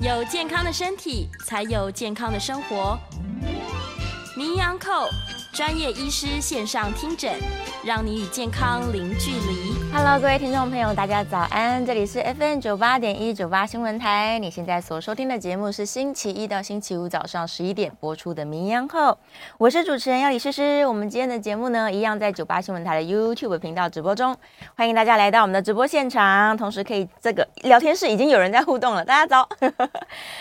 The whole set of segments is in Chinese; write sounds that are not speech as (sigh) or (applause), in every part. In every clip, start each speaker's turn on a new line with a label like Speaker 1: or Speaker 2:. Speaker 1: 有健康的身体，才有健康的生活。名扬扣专业医师线上听诊，让你与健康零距离。
Speaker 2: Hello，各位听众朋友，大家早安！这里是 FM 九八点一九八新闻台，你现在所收听的节目是星期一到星期五早上十一点播出的《名扬后》，我是主持人要李诗诗。我们今天的节目呢，一样在九八新闻台的 YouTube 频道直播中，欢迎大家来到我们的直播现场，同时可以这个聊天室已经有人在互动了，大家早。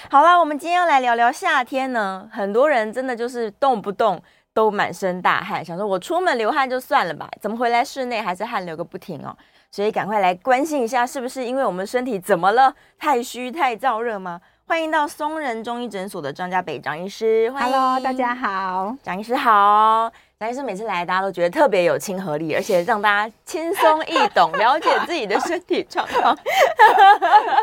Speaker 2: 好啦，我们今天要来聊聊夏天呢，很多人真的就是动不动都满身大汗，想说我出门流汗就算了吧，怎么回来室内还是汗流个不停哦。所以赶快来关心一下，是不是因为我们身体怎么了？太虚、太燥热吗？欢迎到松仁中医诊所的张家北张医师，欢迎
Speaker 3: Hello，大家好。
Speaker 2: 蒋医师好，蒋医师每次来，大家都觉得特别有亲和力，而且让大家轻松易懂，了解自己的身体状况。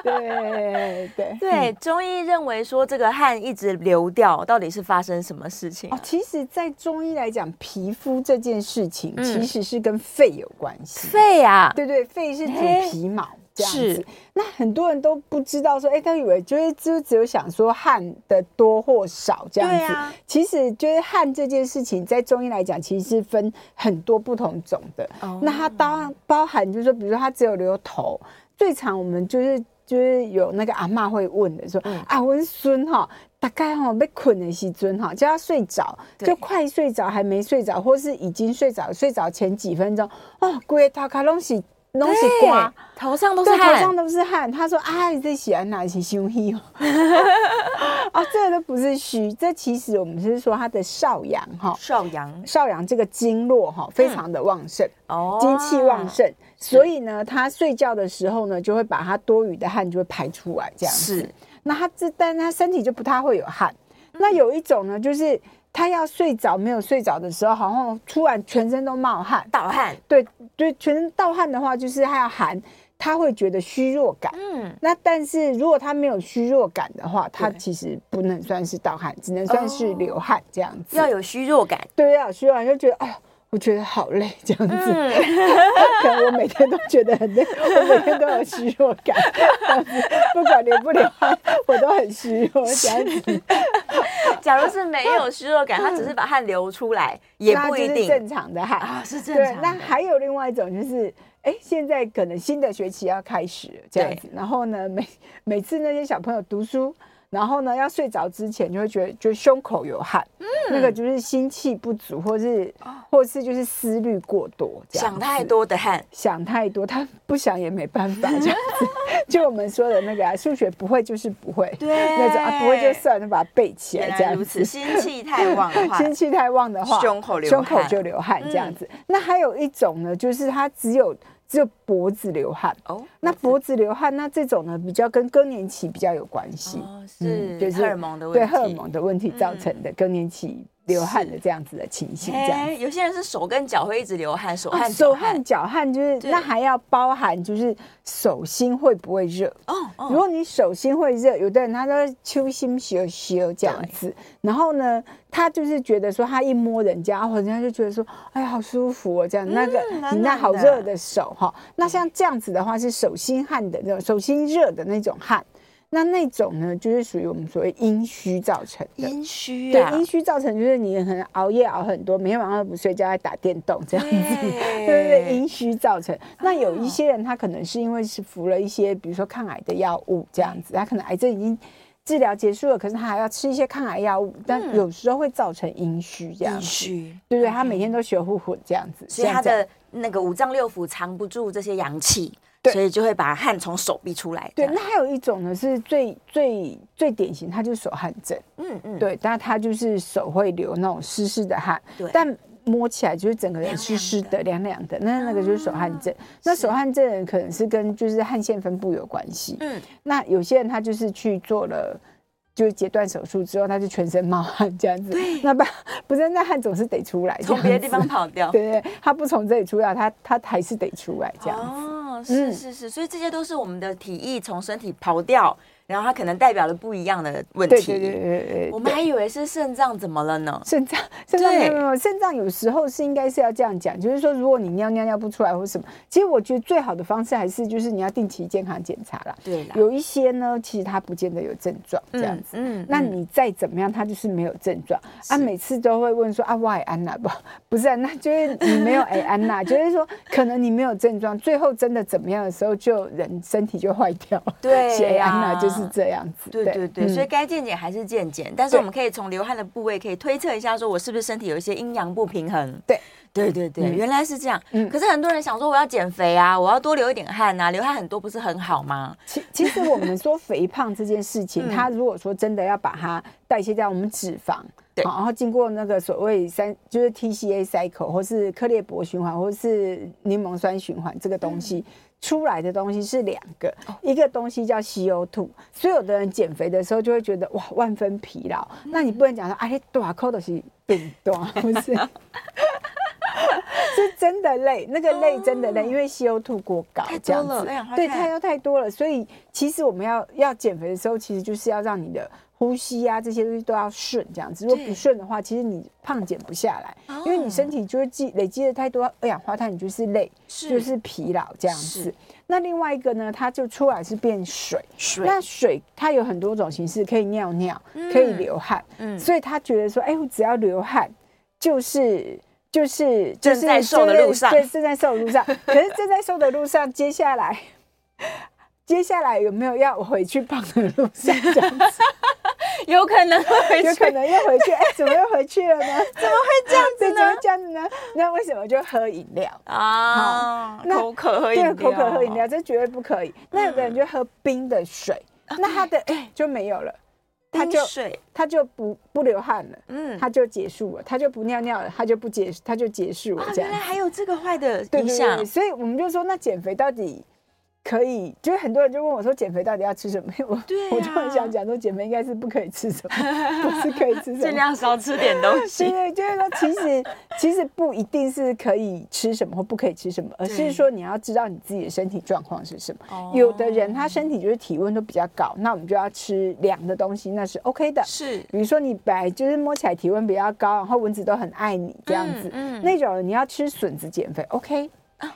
Speaker 3: 对 (laughs) 对
Speaker 2: (laughs) 对，中医认为说这个汗一直流掉，到底是发生什么事情、
Speaker 3: 哦
Speaker 2: 啊，？
Speaker 3: 其实，在中医来讲，皮肤这件事情
Speaker 2: 嗯
Speaker 3: 其实是跟肺有关系。
Speaker 2: 肺啊，
Speaker 3: 对对，肺是主
Speaker 2: 嘿
Speaker 3: 皮毛。这样
Speaker 2: 是
Speaker 3: 子，那很多人都不知道说，哎、他以为就是就只有想说汗的多或少这样
Speaker 2: 对
Speaker 3: 子。
Speaker 2: 啊
Speaker 3: 其实就是汗这件事情，在中医来讲，其实是分很多不同种的。
Speaker 2: 哦
Speaker 3: 那它当包含就是说，比如说它只有留头，最常我们就是就是有那个阿嬷会问的说，
Speaker 2: 嗯
Speaker 3: 啊，我孙哈。大概哈被困的时尊哈，叫他睡着，
Speaker 2: 对
Speaker 3: 就快睡着还没睡着，或是已经睡着，睡着前几分钟，哦，龟头卡拢是拢是刮，
Speaker 2: 对，头上都是
Speaker 3: 对，头上
Speaker 2: 汗，
Speaker 3: 都是汗。他说：“啊，这喜欢哪些胸衣哦？” (laughs) 哦，这个都不是虚，这其实我们是说他的少阳哈，
Speaker 2: 少阳
Speaker 3: 少阳这个经络哈
Speaker 2: 嗯
Speaker 3: 非常的旺盛，
Speaker 2: 哦
Speaker 3: 精气旺，盛，所以呢，他睡觉的时候呢，就会把他多余的汗就会排出来，这样子
Speaker 2: 是
Speaker 3: 那他这，但他身体就不太会有汗。
Speaker 2: 嗯
Speaker 3: 那有一种呢，就是他要睡着没有睡着的时候，好像突然全身都冒汗，
Speaker 2: 盗汗，
Speaker 3: 对对，全身盗汗的话，就是他要寒，他会觉得虚弱感。
Speaker 2: 嗯，
Speaker 3: 那但是如果他没有虚弱感的话，他
Speaker 2: 对
Speaker 3: 其实不能算是盗汗，只能算是
Speaker 2: 哦
Speaker 3: 流汗这样子。
Speaker 2: 要有虚弱感，
Speaker 3: 对啊，虚弱就觉得哎呦。我觉得好累，这样子， (laughs)
Speaker 2: 嗯，
Speaker 3: 可能我每天都觉得很累，我每天都有虚弱感，这样子不管流不流汗，我都很虚弱，这样子，
Speaker 2: 假如是没有虚弱感，他只是把汗流出来， (laughs) 也
Speaker 3: 嗯那
Speaker 2: 不一
Speaker 3: 就是
Speaker 2: 定
Speaker 3: 正常的汗。
Speaker 2: 啊，是正
Speaker 3: 对，
Speaker 2: 常
Speaker 3: 那
Speaker 2: 的。
Speaker 3: 还有另外一种就是，哎，现在可能新的学期要开始了这样子，然后呢，每每次那些小朋友读书，然后呢要睡着之前就会觉得就胸口有汗，
Speaker 2: 嗯
Speaker 3: 那个就是心气不足，或是或是就是思虑过多，这样
Speaker 2: 哦想
Speaker 3: 子
Speaker 2: 太。多的汗，
Speaker 3: 想太多， (laughs) 他不想也没办法，这样子。 (laughs) 就我们说的那个、啊，数学不会就是不会，
Speaker 2: 对
Speaker 3: 那种啊不会就算了，把它背起来
Speaker 2: 原
Speaker 3: 这
Speaker 2: 来
Speaker 3: 样
Speaker 2: 如
Speaker 3: 子
Speaker 2: 此，。心气太旺的话，
Speaker 3: (laughs) 心气太旺的话，
Speaker 2: 胸口流
Speaker 3: 胸口
Speaker 2: 汗嗯
Speaker 3: 就流汗这样子。那还有一种呢，就是它只有只有脖子流汗。
Speaker 2: 哦，
Speaker 3: 那脖子流汗，那这种呢，比较跟更年期比较有关系，嗯
Speaker 2: 哦是
Speaker 3: 就
Speaker 2: 荷尔蒙的问
Speaker 3: 对荷尔
Speaker 2: 题嗯
Speaker 3: 蒙的问题造成的更年期流汗的这样子的情形，这样
Speaker 2: 哎，有些人是手跟脚会一直流汗，手
Speaker 3: 哦
Speaker 2: 汗、
Speaker 3: 手
Speaker 2: 脚
Speaker 3: 汗、脚汗就是，
Speaker 2: 对
Speaker 3: 那还要包含就是手心会不会热？
Speaker 2: 哦哦，
Speaker 3: 如果你手心会热，有的人他都秋心羞羞这样子，然后呢，他就是觉得说他一摸人家，哦人家就觉得说，哎呀好舒服哦，这样、那个
Speaker 2: 嗯暖
Speaker 3: 你那
Speaker 2: 暖
Speaker 3: 好
Speaker 2: 的
Speaker 3: 热的手哈、那像这样子的话是手心汗的那种，手心热的那种汗，那那种呢就是属于我们所谓阴虚造成的。
Speaker 2: 阴虚
Speaker 3: 对
Speaker 2: 啊，，
Speaker 3: 阴虚造成就是你可能熬夜熬很多，每天晚上都不睡觉，还打电动这样子。
Speaker 2: 对哎
Speaker 3: 对对对，阴虚造成。那有一些人他可能是因为是服了一些，比如说抗癌的药物这样子，他可能癌症已经治疗结束了，可是他还要吃一些抗癌药物，但有时候会造成阴虚这样
Speaker 2: 阴
Speaker 3: 子。
Speaker 2: 虚，
Speaker 3: 对对，他每天都血糊糊这样子，啊
Speaker 2: 所以他
Speaker 3: 像这样
Speaker 2: 的那个五脏六腑藏不住这些阳气，
Speaker 3: 对
Speaker 2: 所以就会把汗从手臂出来。
Speaker 3: 对，
Speaker 2: 这
Speaker 3: 那
Speaker 2: 样
Speaker 3: 还有一种呢，是最最最典型，它就是手汗症。
Speaker 2: 嗯嗯，
Speaker 3: 对，但它就是手会流那种湿湿的汗，
Speaker 2: 对
Speaker 3: 但摸起来就是整个人
Speaker 2: 凉
Speaker 3: 湿
Speaker 2: 凉
Speaker 3: 湿
Speaker 2: 的
Speaker 3: 的、凉凉的，那那个就是手汗症。那
Speaker 2: 是
Speaker 3: 手汗症的人可能是跟就是汗腺分布有关系。
Speaker 2: 嗯，
Speaker 3: 那有些人他就是去做了。就是截断手术之后，他就全身冒汗这样子。那不不是那汗总是得出来这样子，
Speaker 2: 从别的地方跑掉。
Speaker 3: (laughs) 对。对对，他不从这里出来，他他还是得出来这样子。
Speaker 2: 哦，是
Speaker 3: 嗯
Speaker 2: 是是，所以这些都是我们的体液从身体跑掉，然后它可能代表了不一样的问
Speaker 3: 对
Speaker 2: 题。
Speaker 3: 对对对对对，
Speaker 2: 我们还以为是肾脏怎么了呢？
Speaker 3: 肾脏， (laughs) 肾脏没有
Speaker 2: 对
Speaker 3: 没有，肾脏有时候是应该是要这样讲，就是说，如果你尿尿尿不出来或什么，其实我觉得最好的方式还是就是你要定期健康检查啦。
Speaker 2: 对啦，
Speaker 3: 有一些呢，其实它不见得有症状这样子。
Speaker 2: 嗯
Speaker 3: 那
Speaker 2: 嗯
Speaker 3: 你再怎么样，它就是没有症状啊。每次都会问说啊，why 安娜不？ (laughs) 不是、啊，那就是你没有哎安娜，就是说可能你没有症状，最后真的怎么样的时候，就人身体就坏掉了。 (laughs)
Speaker 2: 对
Speaker 3: 写安娜
Speaker 2: 呀
Speaker 3: 就是这样子。
Speaker 2: 对对对，
Speaker 3: 嗯
Speaker 2: 所以该健检还是健检，但是
Speaker 3: 对
Speaker 2: 我们可以从流汗的部位可以推测一下，说我是不是身体有一些阴阳不平衡。
Speaker 3: 对
Speaker 2: 对对对，
Speaker 3: 嗯
Speaker 2: 原来是这样。
Speaker 3: 嗯
Speaker 2: 可是很多人想说我要减肥啊，我要多流一点汗啊，流汗很多不是很好吗？
Speaker 3: 其其实我们说肥胖这件事情，
Speaker 2: (laughs) 嗯
Speaker 3: 它如果说真的要把它代谢掉，我们脂肪，
Speaker 2: 对
Speaker 3: 好然后经过那个所谓三就是 TCA cycle 或是克列伯循环或是柠檬酸循环这个东
Speaker 2: 嗯
Speaker 3: 西。出来的东西是两个，
Speaker 2: 哦
Speaker 3: 一个东西叫 CO2，所有的人减肥的时候就会觉得哇万分疲劳，
Speaker 2: 嗯
Speaker 3: 那你不能讲说哎，你短扣的是变短，不
Speaker 2: (laughs)
Speaker 3: 是，是真的累，那个累真的累，因为 CO2 过高
Speaker 2: 哦太多
Speaker 3: 这样
Speaker 2: 了哎
Speaker 3: 子
Speaker 2: 二氧化，
Speaker 3: 对，
Speaker 2: 碳
Speaker 3: 太要太多了，所以其实我们要要减肥的时候，其实就是要让你的呼吸啊这些东西都要顺，这样子。如果不
Speaker 2: 对
Speaker 3: 顺的话，其实你胖减不下来，
Speaker 2: 哦
Speaker 3: 因为你身体就会积累积的太多哎二氧化碳，你就是累，
Speaker 2: 是
Speaker 3: 就是疲劳这样
Speaker 2: 是
Speaker 3: 子。那另外一个呢，它就出来是变水。
Speaker 2: 水
Speaker 3: 那水它有很多种形式，可以尿尿，可以流汗，
Speaker 2: 嗯
Speaker 3: 所以他觉得说，哎、我只要流汗，就是就是就
Speaker 2: 正
Speaker 3: 是
Speaker 2: 在瘦的路上
Speaker 3: 对，正在瘦的路
Speaker 2: (laughs)
Speaker 3: 上。可是正在瘦的路上，接下来接下来有没有要回去胖的路上？这样子
Speaker 2: 有可能会
Speaker 3: 有可能又回去，哎、怎么又回去了
Speaker 2: (laughs)
Speaker 3: 呢？怎么会这样
Speaker 2: 子呢
Speaker 3: 怎么会这样子呢？那为什么就喝饮料？
Speaker 2: 啊，
Speaker 3: 那
Speaker 2: 口渴喝饮料，
Speaker 3: 对，口渴喝饮料，这绝对不可以。那有的人就喝冰的水，那他的哎、就没有了，他
Speaker 2: 啊冰
Speaker 3: 就
Speaker 2: 水，
Speaker 3: 他就不不流汗了。
Speaker 2: 嗯，
Speaker 3: 他就结束了，他就不尿尿了，他就不结，他就结束了
Speaker 2: 啊，
Speaker 3: 这样
Speaker 2: 原来。还有这个坏的
Speaker 3: 对
Speaker 2: 影
Speaker 3: 对
Speaker 2: 响
Speaker 3: 对，，所以我们就说，那减肥到底可以？就是很多人就问我说，减肥到底要吃什么？ (laughs) 我、
Speaker 2: 对啊
Speaker 3: 我就很想讲说，减肥应该是不可以吃
Speaker 2: (laughs)
Speaker 3: 什么，不是可以吃什
Speaker 2: 尽
Speaker 3: 么。
Speaker 2: 量少吃点东
Speaker 3: 对
Speaker 2: 西。
Speaker 3: 对，就是说，其实其实不一定是可以吃什么或不可以吃什么，而
Speaker 2: 对
Speaker 3: 是说你要知道你自己的身体状况是什么。
Speaker 2: 哦
Speaker 3: 有的人他身体就是体温都比较高，那我们就要吃凉的东西，那是 OK 的。
Speaker 2: 是
Speaker 3: 比如说你本来就是摸起来体温比较高，然后蚊子都很爱你这样子，
Speaker 2: 嗯啊嗯。
Speaker 3: 那种人你要吃笋子减肥，OK？、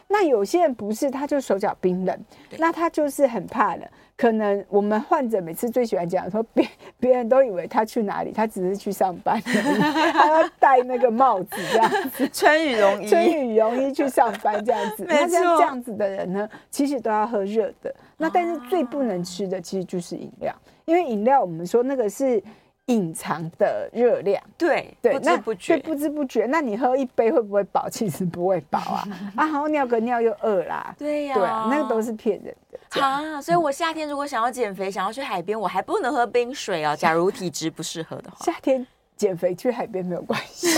Speaker 3: 那有些人不是，他就手脚冰冷，那他就是很怕冷。可能我们患者每次最喜欢讲说， (laughs) 别别人都以为他去哪里，他只是去上班而已， (laughs) 他要戴那个帽子这样子
Speaker 2: 穿羽 (laughs) 绒
Speaker 3: 穿
Speaker 2: 衣，
Speaker 3: 羽绒衣去上班这样子，
Speaker 2: 没
Speaker 3: 那像
Speaker 2: 错
Speaker 3: 这样子的人呢，其实都要喝热的。那但
Speaker 2: 啊
Speaker 3: 是最不能吃的其实就是饮料，因为饮料我们说那个是隐藏的热量。
Speaker 2: 对，
Speaker 3: 对，
Speaker 2: 不知
Speaker 3: 那
Speaker 2: 不
Speaker 3: 对
Speaker 2: 觉，
Speaker 3: 不知不觉，那你喝一杯会不会饱？其实不会饱
Speaker 2: (laughs)
Speaker 3: 啊，啊，然后尿个尿又饿啦，
Speaker 2: 对呀
Speaker 3: 对啊，那个都是骗人的。这样
Speaker 2: 啊，所以我夏天如果想要减肥，想要去海边，我还不能喝冰水哦。假如体质不适合的话，
Speaker 3: 夏天减肥去海边没有关系，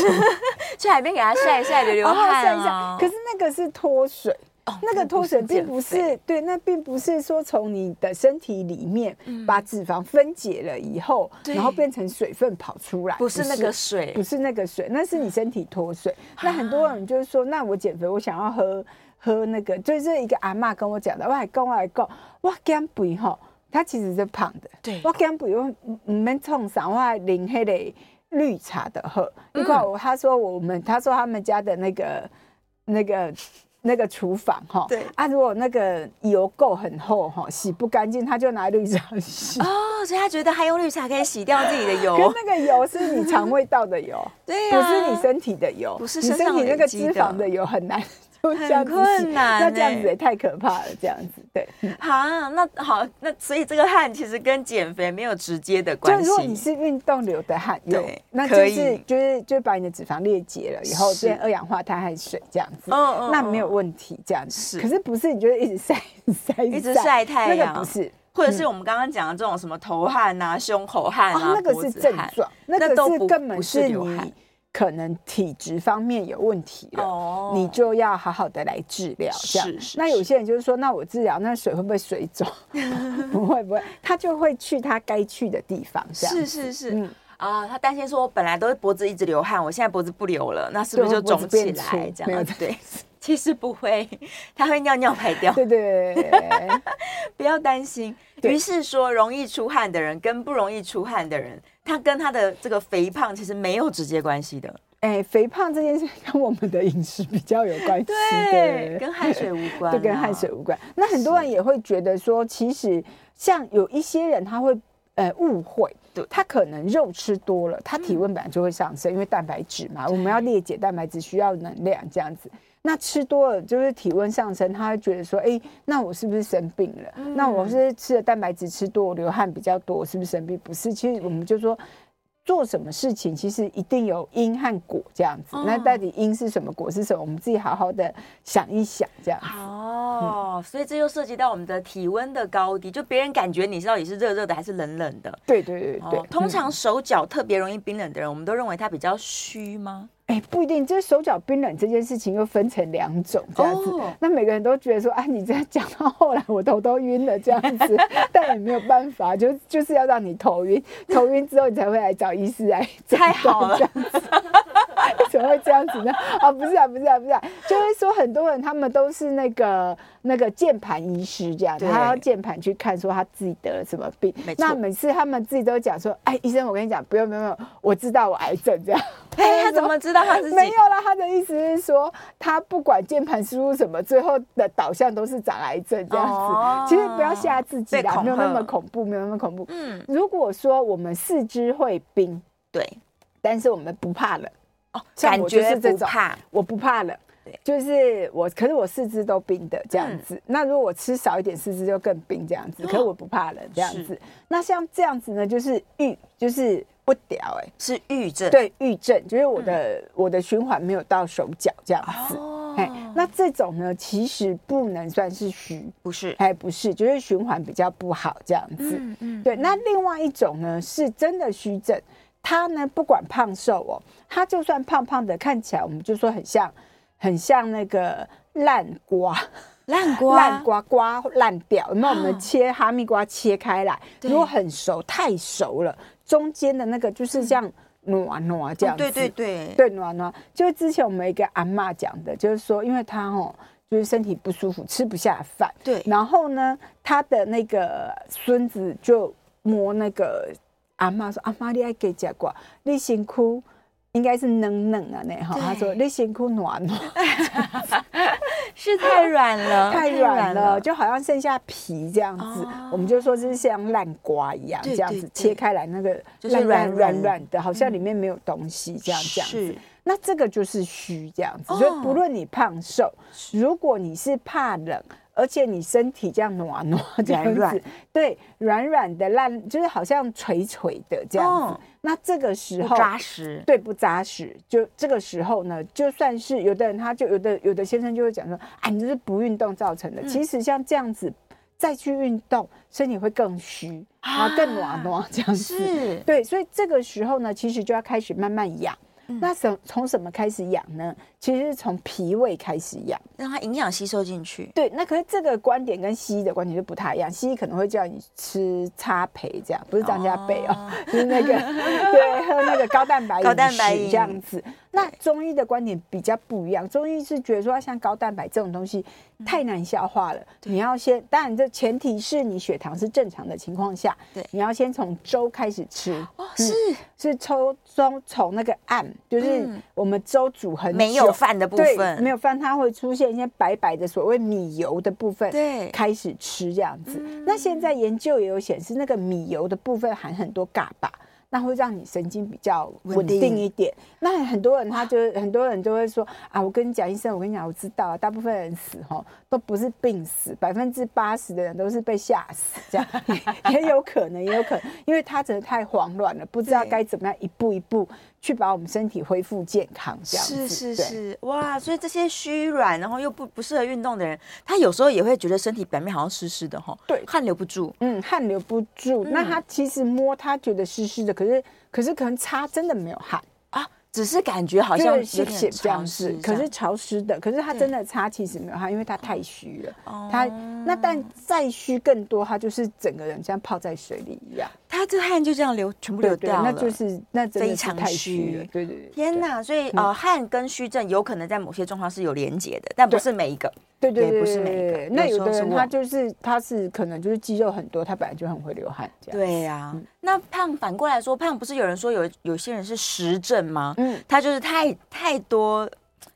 Speaker 2: 去海边给它晒一晒，流流
Speaker 3: 然后
Speaker 2: 汗
Speaker 3: 晒一
Speaker 2: 啊
Speaker 3: 下。。可是那个是脱水，
Speaker 2: 哦
Speaker 3: 那个脱水并不
Speaker 2: 那个
Speaker 3: 是对，那并不是说从你的身体里面把脂肪分解了以后，
Speaker 2: 嗯对
Speaker 3: 然后变成水分跑出来，
Speaker 2: 不是那个水
Speaker 3: 不是那个水，那是你身体脱水。
Speaker 2: 啊
Speaker 3: 那很多人就是说，那我减肥，我想要喝喝那个，就是一个阿嬷跟我讲的，我还跟我还讲，我减肥吼，她其实是胖的，
Speaker 2: 对
Speaker 3: 我减肥我唔唔免创啥，我还啉迄个绿茶的喝。
Speaker 2: 嗯
Speaker 3: 你看我，他说我们，他说他们家的那个那个。那个厨房哈，
Speaker 2: 对
Speaker 3: 啊，如果那个油垢很厚哈，洗不干净，他就拿绿茶洗。
Speaker 2: 哦，所以他觉得他用绿茶可以洗掉自己的
Speaker 3: 可是
Speaker 2: 油，
Speaker 3: 那个油是你肠胃道的油，
Speaker 2: 对呀，啊
Speaker 3: 不是你身体的油，
Speaker 2: 不是
Speaker 3: 你
Speaker 2: 身上
Speaker 3: 身体那
Speaker 2: 累
Speaker 3: 个
Speaker 2: 积的
Speaker 3: 脂
Speaker 2: (laughs)
Speaker 3: 肪的油很难就这样子洗
Speaker 2: 很困难
Speaker 3: 那这样子
Speaker 2: 欸
Speaker 3: 也太可怕了，这样子对。
Speaker 2: 啊，那好，那所以这个汗其实跟减肥没有直接的
Speaker 3: 就
Speaker 2: 关
Speaker 3: 如果你
Speaker 2: 系。
Speaker 3: 是运动流的汗，有
Speaker 2: 对
Speaker 3: 那
Speaker 2: 可
Speaker 3: 就
Speaker 2: 以
Speaker 3: 是就是就把你的脂肪裂解了以后
Speaker 2: 是
Speaker 3: 变二氧化碳还是水这样子，
Speaker 2: 嗯嗯
Speaker 3: 那
Speaker 2: 嗯
Speaker 3: 没有问题这样
Speaker 2: 是
Speaker 3: 子。可是不是你就是一直晒 (laughs) 晒
Speaker 2: 一直晒太
Speaker 3: 那
Speaker 2: 阳
Speaker 3: 个不是
Speaker 2: 或者是我们刚刚讲的这种什么头汗啊、胸口汗
Speaker 3: 哦
Speaker 2: 啊、，
Speaker 3: 那个
Speaker 2: 脖
Speaker 3: 是
Speaker 2: 子
Speaker 3: 症
Speaker 2: 汗
Speaker 3: 状，
Speaker 2: 那
Speaker 3: 那个
Speaker 2: 都
Speaker 3: 是
Speaker 2: 不
Speaker 3: 根
Speaker 2: 不
Speaker 3: 本
Speaker 2: 是
Speaker 3: 是
Speaker 2: 流汗
Speaker 3: 你可能体质方面有问题了。
Speaker 2: 哦
Speaker 3: 你就要好好的来治疗，这样
Speaker 2: 是。是
Speaker 3: 那有
Speaker 2: 是
Speaker 3: 些人就是说，那我治疗，那水会不会水肿？ (laughs) 不会不会，他就会去他该去的地方，这样
Speaker 2: 是是是。
Speaker 3: 嗯
Speaker 2: 啊，他担心说，我本来都是脖子一直流汗，我现在脖子不流了，那是不是就
Speaker 3: 对
Speaker 2: 肿
Speaker 3: 会脖子
Speaker 2: 起来
Speaker 3: 变粗
Speaker 2: 这
Speaker 3: 没有
Speaker 2: 样？ (laughs) 对，其实不会，他会尿尿排掉，
Speaker 3: 对对 (laughs) 对对对对。
Speaker 2: 不要担心。
Speaker 3: 对
Speaker 2: 于是说，容易出汗的人跟不容易出汗的人，他跟他的这个肥胖其实没有直接关系的，
Speaker 3: 哎，肥胖这件事跟我们的饮食比较有关系，对，
Speaker 2: 跟汗水无关，啊
Speaker 3: (laughs) 对跟汗水。无关。那很多人也会觉得说，其实像有一些人他会呃误会
Speaker 2: 对，嗯
Speaker 3: 他可能肉吃多了，他体温本来就会上升，因为蛋白质嘛，我们要裂解蛋白质需要能量这样子。那吃多了就是体温上升，他会觉得说，哎，那我是不是生病了？
Speaker 2: 嗯
Speaker 3: 那我是吃了蛋白质吃多，我流汗比较多，我是不是生病？不是，其实我们就说。做什么事情，其实一定有因和果这样
Speaker 2: 哦
Speaker 3: 子。那到底因是什么，果是什么？我们自己好好的想一想，这样。
Speaker 2: 哦，所以这又涉及到我们的体温的高低，就别人感觉你到底是热热的还是冷冷的。
Speaker 3: 对对对对对，
Speaker 2: 哦，通
Speaker 3: 嗯
Speaker 2: 常手脚特别容易冰冷的人，我们都认为他比较虚吗？
Speaker 3: 哎、不一定，就是手脚冰冷这件事情又分成两种这样子。
Speaker 2: 哦
Speaker 3: 那每个人都觉得说，啊，你这样讲到后来我头都晕了这样
Speaker 2: (laughs)
Speaker 3: 子，但也没有办法，就就是要让你头晕，头晕之后你才会来找医师来诊
Speaker 2: 太好了
Speaker 3: 断这样子。怎么会这样子呢？啊，不是啊，不是啊，不是啊，就会说很多人他们都是那个那个键盘医师这样，
Speaker 2: 对
Speaker 3: 他要键盘去看说他自己得了什么病
Speaker 2: 没。错
Speaker 3: 那每次他们自己都讲说，哎，医生，我跟你讲，不用不用不用，我知道我癌症这样。
Speaker 2: 哎，
Speaker 3: (laughs)
Speaker 2: 他怎么知道他自己？
Speaker 3: 没有啦，他的意思是说，他不管键盘输入什么，最后的导向都是长癌症这样子。
Speaker 2: 哦
Speaker 3: 其实不要吓自己
Speaker 2: 被恐吓
Speaker 3: 啦，没有那么恐怖，没有那么恐怖。
Speaker 2: 嗯，
Speaker 3: 如果说我们四肢会冰，
Speaker 2: 对，
Speaker 3: 但是我们不怕冷，
Speaker 2: 哦，
Speaker 3: 像
Speaker 2: 感
Speaker 3: 我就是
Speaker 2: 觉
Speaker 3: 这
Speaker 2: 不
Speaker 3: 种
Speaker 2: 怕，
Speaker 3: 我不怕冷
Speaker 2: 对。嗯
Speaker 3: 就是我，可是我四肢都冰的这样子。那如果我吃少一点，四肢就更冰这样子。可是我不怕冷这样子
Speaker 2: 哦是。
Speaker 3: 那像这样子呢，就是郁，就是不屌哎、
Speaker 2: 是郁症。，
Speaker 3: 对，郁症就是我的、我的循环没有到手脚这样子。哎
Speaker 2: 哦，，
Speaker 3: 那这种呢，其实不能算是虚，
Speaker 2: 不是，
Speaker 3: 哎，不是，就是循环比较不好这样子。
Speaker 2: 嗯嗯，
Speaker 3: 对，那另外一种呢，是真的虚症，他呢不管胖瘦哦，他就算胖胖的，看起来我们就说很像，很像那个烂瓜，
Speaker 2: (laughs) 烂瓜，
Speaker 3: 烂，瓜瓜烂掉，有没有？我
Speaker 2: 啊
Speaker 3: 们切哈密瓜切开来，
Speaker 2: 对
Speaker 3: 如果很熟，太熟了，中间的那个就是这样挪挪这样
Speaker 2: 嗯
Speaker 3: 子，
Speaker 2: 哦对对对，
Speaker 3: 对，暖暖就是之前我们一个阿嬷讲的，就是说，因为她哦，就是身体不舒服，吃不下饭，
Speaker 2: 对
Speaker 3: 然后呢，她的那个孙子就摸那个阿嬷说：“阿嬷，你爱给吃瓜，你辛苦。”应该是嫩嫩啊，那哈，
Speaker 2: 对
Speaker 3: 他说你辛苦
Speaker 2: (laughs)
Speaker 3: 暖暖，
Speaker 2: 是太软了，
Speaker 3: (laughs) 太软了，就好像剩下皮这样子
Speaker 2: 哦，
Speaker 3: 我们就说这是像烂瓜一样，
Speaker 2: 对
Speaker 3: 这样
Speaker 2: 对
Speaker 3: 子
Speaker 2: 对
Speaker 3: 切开来那个
Speaker 2: 就是
Speaker 3: 烂烂
Speaker 2: 软嗯
Speaker 3: 软软的，好像里面没有东西，这样这样子
Speaker 2: 是。
Speaker 3: 那这个就是虚这样子，
Speaker 2: 哦
Speaker 3: 所以不论你胖瘦，如果你是怕冷，而且你身体这样暖暖这样子，
Speaker 2: 软
Speaker 3: 对，软软的烂，就是好像垂垂的这样子。
Speaker 2: 哦
Speaker 3: 那这个时
Speaker 2: 不
Speaker 3: 候
Speaker 2: 扎实，
Speaker 3: 对不扎实，就这个时候呢，就算是有的人他就有的有的先生就会讲说，啊，你这是不运动造成的。
Speaker 2: 嗯
Speaker 3: 其实像这样子再去运动，身体会更虚，然后更
Speaker 2: 啊
Speaker 3: 暖暖这样子。
Speaker 2: 是
Speaker 3: 对，所以这个时候呢，其实就要开始慢慢养。
Speaker 2: 嗯
Speaker 3: 那什从什么开始养呢？其实是从脾胃开始养。
Speaker 2: 让它营养吸收进去。
Speaker 3: 对，那可是这个观点跟西医的观点就不太一样。西医可能会叫你吃插培这样，不是张家培哦，
Speaker 2: 哦
Speaker 3: 就是那个对，喝那个高蛋白饮
Speaker 2: 高蛋白
Speaker 3: 食
Speaker 2: 饮
Speaker 3: 这样子。那中医的观点比较不一样，中医是觉得说像高蛋白这种东西
Speaker 2: 嗯
Speaker 3: 太难消化了，你要先，当然这前提是你血糖是正常的情况下，
Speaker 2: 对
Speaker 3: 你要先从粥开始吃。
Speaker 2: 哦，
Speaker 3: 嗯
Speaker 2: 是
Speaker 3: 是抽从从那个暗，就是
Speaker 2: 嗯
Speaker 3: 我们粥煮很久
Speaker 2: 没有饭的部
Speaker 3: 对
Speaker 2: 分，
Speaker 3: 没有饭它会出现一些白白的所谓米油的部分，
Speaker 2: 对嗯
Speaker 3: 开始吃这样子。那现在研究也有显示，那个米油的部分含很多嘎巴。那会让你神经比较
Speaker 2: 稳
Speaker 3: 稳定
Speaker 2: 定
Speaker 3: 一点。那很多人他就很多人就会说啊，我跟你讲，医生，我跟你讲，我知道啊，大部分人死哈都不是病死，百分之八十的人都是被吓死，
Speaker 2: (laughs)
Speaker 3: 这样也也有可能，也有可能，因为他真的太慌乱了，不知道
Speaker 2: 对
Speaker 3: 该怎么样一步一步去把我们身体恢复健康，这样
Speaker 2: 是
Speaker 3: 子
Speaker 2: 是
Speaker 3: 对
Speaker 2: 是，哇！所以这些虚软，然后又不不适合运动的人，他有时候也会觉得身体表面好像湿湿的哈，
Speaker 3: 对
Speaker 2: 汗流不住，
Speaker 3: 嗯，汗留不住。那
Speaker 2: 嗯
Speaker 3: 他其实摸他觉得湿湿的，可是可是可能擦真的没有汗，
Speaker 2: 啊，只是感觉好像
Speaker 3: 就
Speaker 2: 有
Speaker 3: 是
Speaker 2: 点
Speaker 3: 血血比较
Speaker 2: 潮湿
Speaker 3: 湿，
Speaker 2: 这
Speaker 3: 可
Speaker 2: 样
Speaker 3: 是潮湿的，可是他
Speaker 2: 对
Speaker 3: 真的擦其实没有汗，因为他太虚了。
Speaker 2: 哦
Speaker 3: 他那但再虚更多，他就是整个人像泡在水里一样。
Speaker 2: 他这汗就这样流，全部流
Speaker 3: 对对，
Speaker 2: 掉
Speaker 3: 那
Speaker 2: 了，
Speaker 3: 就是那真
Speaker 2: 非
Speaker 3: 的是
Speaker 2: 常
Speaker 3: 太虚
Speaker 2: 虚
Speaker 3: 了。对对对，嗯
Speaker 2: 天
Speaker 3: 哪！
Speaker 2: 哪！所以呃，汗跟虚症有可能在某些状况是有连结的，但不
Speaker 3: 对
Speaker 2: 是每一个。
Speaker 3: 对对
Speaker 2: 也
Speaker 3: 对，
Speaker 2: 不是每一个
Speaker 3: 对那
Speaker 2: 有
Speaker 3: 有
Speaker 2: 时候
Speaker 3: 的
Speaker 2: 是
Speaker 3: 人
Speaker 2: 忘
Speaker 3: 他就是他是可能就是肌肉很多，他本来就很会流汗这样。嗯
Speaker 2: 对呀、那胖反过来说，胖不是有人说有有些人是实症吗？
Speaker 3: 嗯，
Speaker 2: 他就是太太多，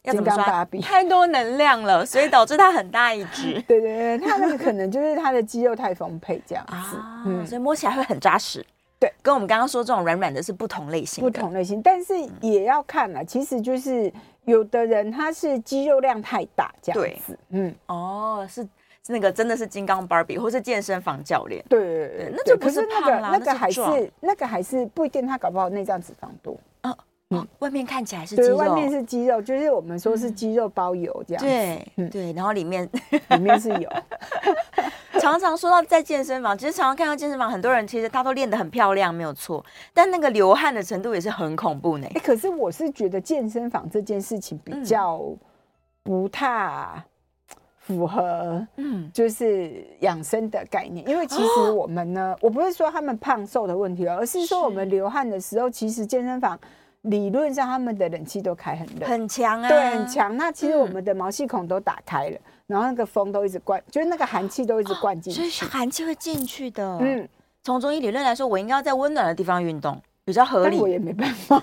Speaker 2: 要怎
Speaker 3: 金
Speaker 2: 么
Speaker 3: 刚
Speaker 2: 说啊
Speaker 3: 芭？比。
Speaker 2: 太多能量了，所以导致他很
Speaker 3: (laughs)
Speaker 2: 大一只
Speaker 3: 对对对，他那个可能就是他的肌肉太丰沛这样子。
Speaker 2: 啊，
Speaker 3: 嗯
Speaker 2: 所以摸起来会很扎实。
Speaker 3: 对，
Speaker 2: 跟我们刚刚说这种软软的是不同类型
Speaker 3: 不
Speaker 2: 的。嗯
Speaker 3: 同类型，但是也要看啦。其实就是有的人他是肌肉量太大这样子，嗯，
Speaker 2: 哦，是是那个真的是金刚芭比，或是健身房教练。
Speaker 3: 对对
Speaker 2: 对
Speaker 3: 对，
Speaker 2: 那
Speaker 3: 对
Speaker 2: 就不
Speaker 3: 可是
Speaker 2: 是
Speaker 3: 那
Speaker 2: 胖
Speaker 3: 个
Speaker 2: 啦那
Speaker 3: 那个
Speaker 2: 是
Speaker 3: 还
Speaker 2: 壮
Speaker 3: 是那个还是不一定，他搞不好内脏脂肪多，
Speaker 2: 哦，外面看起来是肌
Speaker 3: 嗯对，
Speaker 2: 肉，嗯
Speaker 3: 外面是肌肉，就是我们说是肌肉包油这样子，嗯
Speaker 2: 对、对，然后里面
Speaker 3: 里面是油， (laughs) 哎
Speaker 2: 常常说到在健身房，其实常常看到健身房很多人，其实他都练得很漂亮，没有错，但那个流汗的程度也是很恐怖呢。
Speaker 3: 哎，可是我是觉得健身房这件事情
Speaker 2: 嗯
Speaker 3: 比较不太符合
Speaker 2: 嗯，
Speaker 3: 就是养生的概念，因为其
Speaker 2: 哦
Speaker 3: 实我们呢，我不是说他们胖瘦的问题哦，而是
Speaker 2: 是
Speaker 3: 说我们流汗的时候，其实健身房理论上他们的冷气都开很冷，
Speaker 2: 很强啊，
Speaker 3: 对，很，强。那其实
Speaker 2: 嗯
Speaker 3: 我们的毛细孔都打开了，然后那个风都一直灌，就是那个寒气都一直灌进
Speaker 2: 哦所以
Speaker 3: 去。
Speaker 2: 寒气会进去的。嗯，
Speaker 3: 嗯，
Speaker 2: 从中医理论来说，我应该要在温暖的地方运动，比较合
Speaker 3: 但我
Speaker 2: 理。
Speaker 3: 也没办法，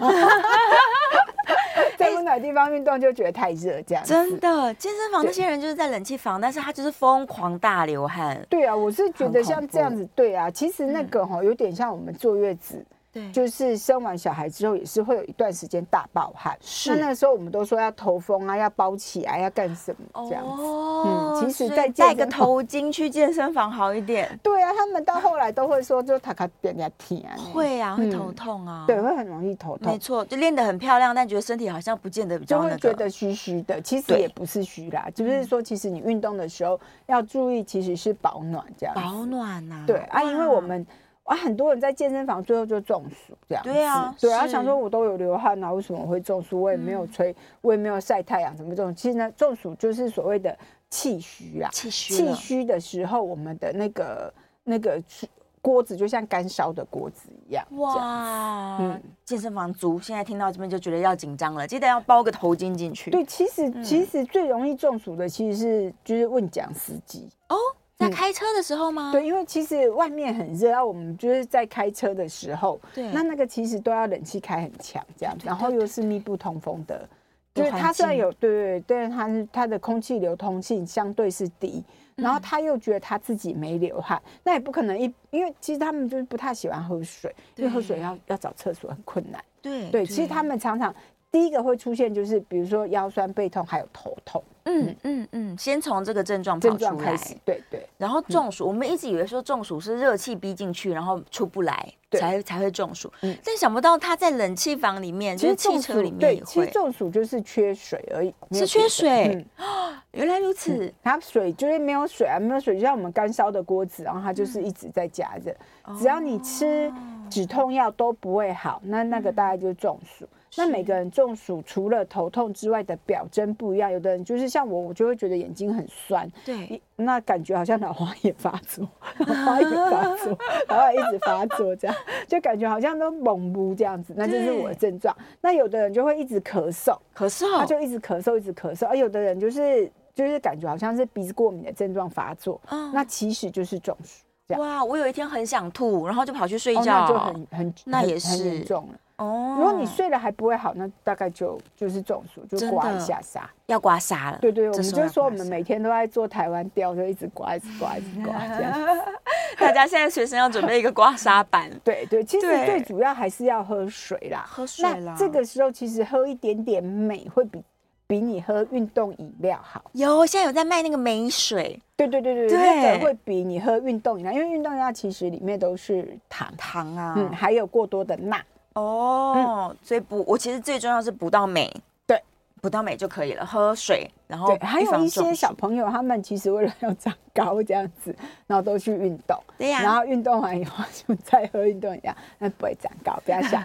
Speaker 3: (laughs) 在温暖的地方运动就觉得太热，这样子
Speaker 2: 真的，健身房
Speaker 3: 对
Speaker 2: 那些人就是在冷气房，但是他就是疯狂大流汗。
Speaker 3: 对啊，我是觉
Speaker 2: 很
Speaker 3: 得
Speaker 2: 恐
Speaker 3: 像这样
Speaker 2: 怖嗯
Speaker 3: 子，对啊，其实那个哈、有点像我们坐月子，
Speaker 2: 对，就
Speaker 3: 就是生完小孩之后也是会有一段时间大暴汗，
Speaker 2: 是
Speaker 3: 那那个时候我们都说要头风啊，要包起来，要干什么这样子。
Speaker 2: 哦
Speaker 3: 嗯其实
Speaker 2: 所以
Speaker 3: 在健
Speaker 2: 戴
Speaker 3: 身
Speaker 2: 个
Speaker 3: 房
Speaker 2: 头巾去健身房好一点。
Speaker 3: 对啊，他们到后来都会说，就塔卡变加甜啊，
Speaker 2: 会啊，会
Speaker 3: 嗯
Speaker 2: 头痛啊。
Speaker 3: 对，会很容易头
Speaker 2: 没
Speaker 3: 痛，
Speaker 2: 错，就练得很漂亮，但觉得身体好像不见得比
Speaker 3: 就
Speaker 2: 较那
Speaker 3: 会
Speaker 2: 个。
Speaker 3: 觉得虚虚的。其实
Speaker 2: 对
Speaker 3: 也不是虚啦，就是说，其实你运动的时候要注意，其实是保暖这样子。
Speaker 2: 保暖呐、
Speaker 3: 对
Speaker 2: 哇
Speaker 3: 啊，因为我们啊，很多人在健身房最后就中暑这样子。
Speaker 2: 对啊
Speaker 3: 对啊，
Speaker 2: 是嗯
Speaker 3: 想说我都有流汗啊，为什么我会中暑？我也没有吹，我也没有晒太阳，怎么中暑？其实呢，中暑就是所谓的气虚啊。
Speaker 2: 气虚
Speaker 3: 气
Speaker 2: 了，
Speaker 3: 虚的时候，我们的那个那个锅子就像干烧的锅子一样。这样
Speaker 2: 哇、
Speaker 3: 嗯
Speaker 2: 健身房族现在听到这边就觉得要紧张了，记得要包个头巾进去。嗯
Speaker 3: 对，其实、其实最容易中暑的其实是就是问讲司机，
Speaker 2: 哦，在
Speaker 3: 嗯
Speaker 2: 开车的时候吗？
Speaker 3: 对，因为其实外面很热，啊，我们就是在开车的时候，
Speaker 2: 对
Speaker 3: 那那个其实都要冷气开很强这样，然后又是密不通风的，就是
Speaker 2: 环
Speaker 3: 它虽然
Speaker 2: 境
Speaker 3: 有对对对，但是它是它的空气流通性相对是低，
Speaker 2: 嗯
Speaker 3: 然后他又觉得他自己没流汗，那也不可能一，因为其实他们就是不太喜欢喝水，因为喝水
Speaker 2: 对
Speaker 3: 要要找厕所很困难，
Speaker 2: 哎对
Speaker 3: 对，其实他们常常第一个会出现就是比如说腰酸背痛还有头痛
Speaker 2: 嗯嗯嗯，先从这个症状跑
Speaker 3: 症
Speaker 2: 出
Speaker 3: 状开
Speaker 2: 来，
Speaker 3: 始，对对。
Speaker 2: 然后
Speaker 3: 嗯
Speaker 2: 中暑、我们一直以为说中暑是热气逼进去，然后出不来，
Speaker 3: 对
Speaker 2: 才才会中暑、
Speaker 3: 嗯
Speaker 2: 但想不到他在冷气房里面，就是
Speaker 3: 中
Speaker 2: 汽车
Speaker 3: 暑
Speaker 2: 里面
Speaker 3: 对
Speaker 2: 也，
Speaker 3: 其
Speaker 2: 会
Speaker 3: 实。中暑就是缺水而已，没有
Speaker 2: 是缺
Speaker 3: 别的
Speaker 2: 水
Speaker 3: 嗯
Speaker 2: 原来如此、
Speaker 3: 它水就是没有水啊，没有水就像我们干烧的锅子，然后它
Speaker 2: 嗯
Speaker 3: 就是一直在加热。
Speaker 2: 哦
Speaker 3: 只要你吃止痛药都不会好，那那
Speaker 2: 嗯
Speaker 3: 个大概就是中暑。那每个人中暑除了头痛之外的表征不一样，有的人就是像我，我就会觉得眼睛很酸，
Speaker 2: 对，
Speaker 3: 一那感觉好像老花眼发作，老花眼发作，然后一直发作，这样就感觉好像都懵不这样子，那就是我的症状。那有的人就会一直咳嗽，
Speaker 2: 可是
Speaker 3: 他
Speaker 2: 哦，
Speaker 3: 就一直咳嗽，一直咳嗽，而啊有的人就是就是感觉好像是鼻子过敏的症状发作，
Speaker 2: 嗯
Speaker 3: 那其实就是中暑，这样
Speaker 2: 哇，我有一天很想吐，然后就跑去睡
Speaker 3: 哦
Speaker 2: 觉，啊
Speaker 3: 那就很很
Speaker 2: 那
Speaker 3: 很
Speaker 2: 也
Speaker 3: 很
Speaker 2: 是
Speaker 3: 严重了。
Speaker 2: 哦
Speaker 3: 如果你睡了还不会好，那大概就就是中暑，就
Speaker 2: 真
Speaker 3: 刮
Speaker 2: 的
Speaker 3: 一下痧。
Speaker 2: 要刮痧了，
Speaker 3: 对对，我
Speaker 2: 这
Speaker 3: 们
Speaker 2: 时候
Speaker 3: 就
Speaker 2: 要
Speaker 3: 说我
Speaker 2: 刮
Speaker 3: 们
Speaker 2: 痧
Speaker 3: 每天都在做台湾调，就一直刮，一直刮，一直刮，这样。
Speaker 2: (laughs) 大家现在学生要准备一个刮痧
Speaker 3: (laughs)
Speaker 2: 板，
Speaker 3: 对对，其实
Speaker 2: 对
Speaker 3: 最主要还是要喝水啦。
Speaker 2: 喝水啦
Speaker 3: 那这个时候其实喝一点点镁会比比你喝运动饮料好。
Speaker 2: 有现在有在卖那个美水
Speaker 3: 对对对对，
Speaker 2: 对
Speaker 3: 那个会比你喝运动饮料，因为运动饮料其实里面都是糖，
Speaker 2: 糖啊，
Speaker 3: 嗯，还有过多的钠。
Speaker 2: 哦，所以补我其实最重要是补到镁，
Speaker 3: 对，
Speaker 2: 补到镁就可以了，喝水，然后
Speaker 3: 对，还
Speaker 2: 预
Speaker 3: 有
Speaker 2: 防
Speaker 3: 一些
Speaker 2: 中
Speaker 3: 小
Speaker 2: 暑
Speaker 3: 朋友，他们其实为了要长高这样子，然后都去运动，
Speaker 2: 对呀
Speaker 3: 然后运动完以后就再喝运动饮料，那不会长高，不
Speaker 2: (laughs)
Speaker 3: 要想，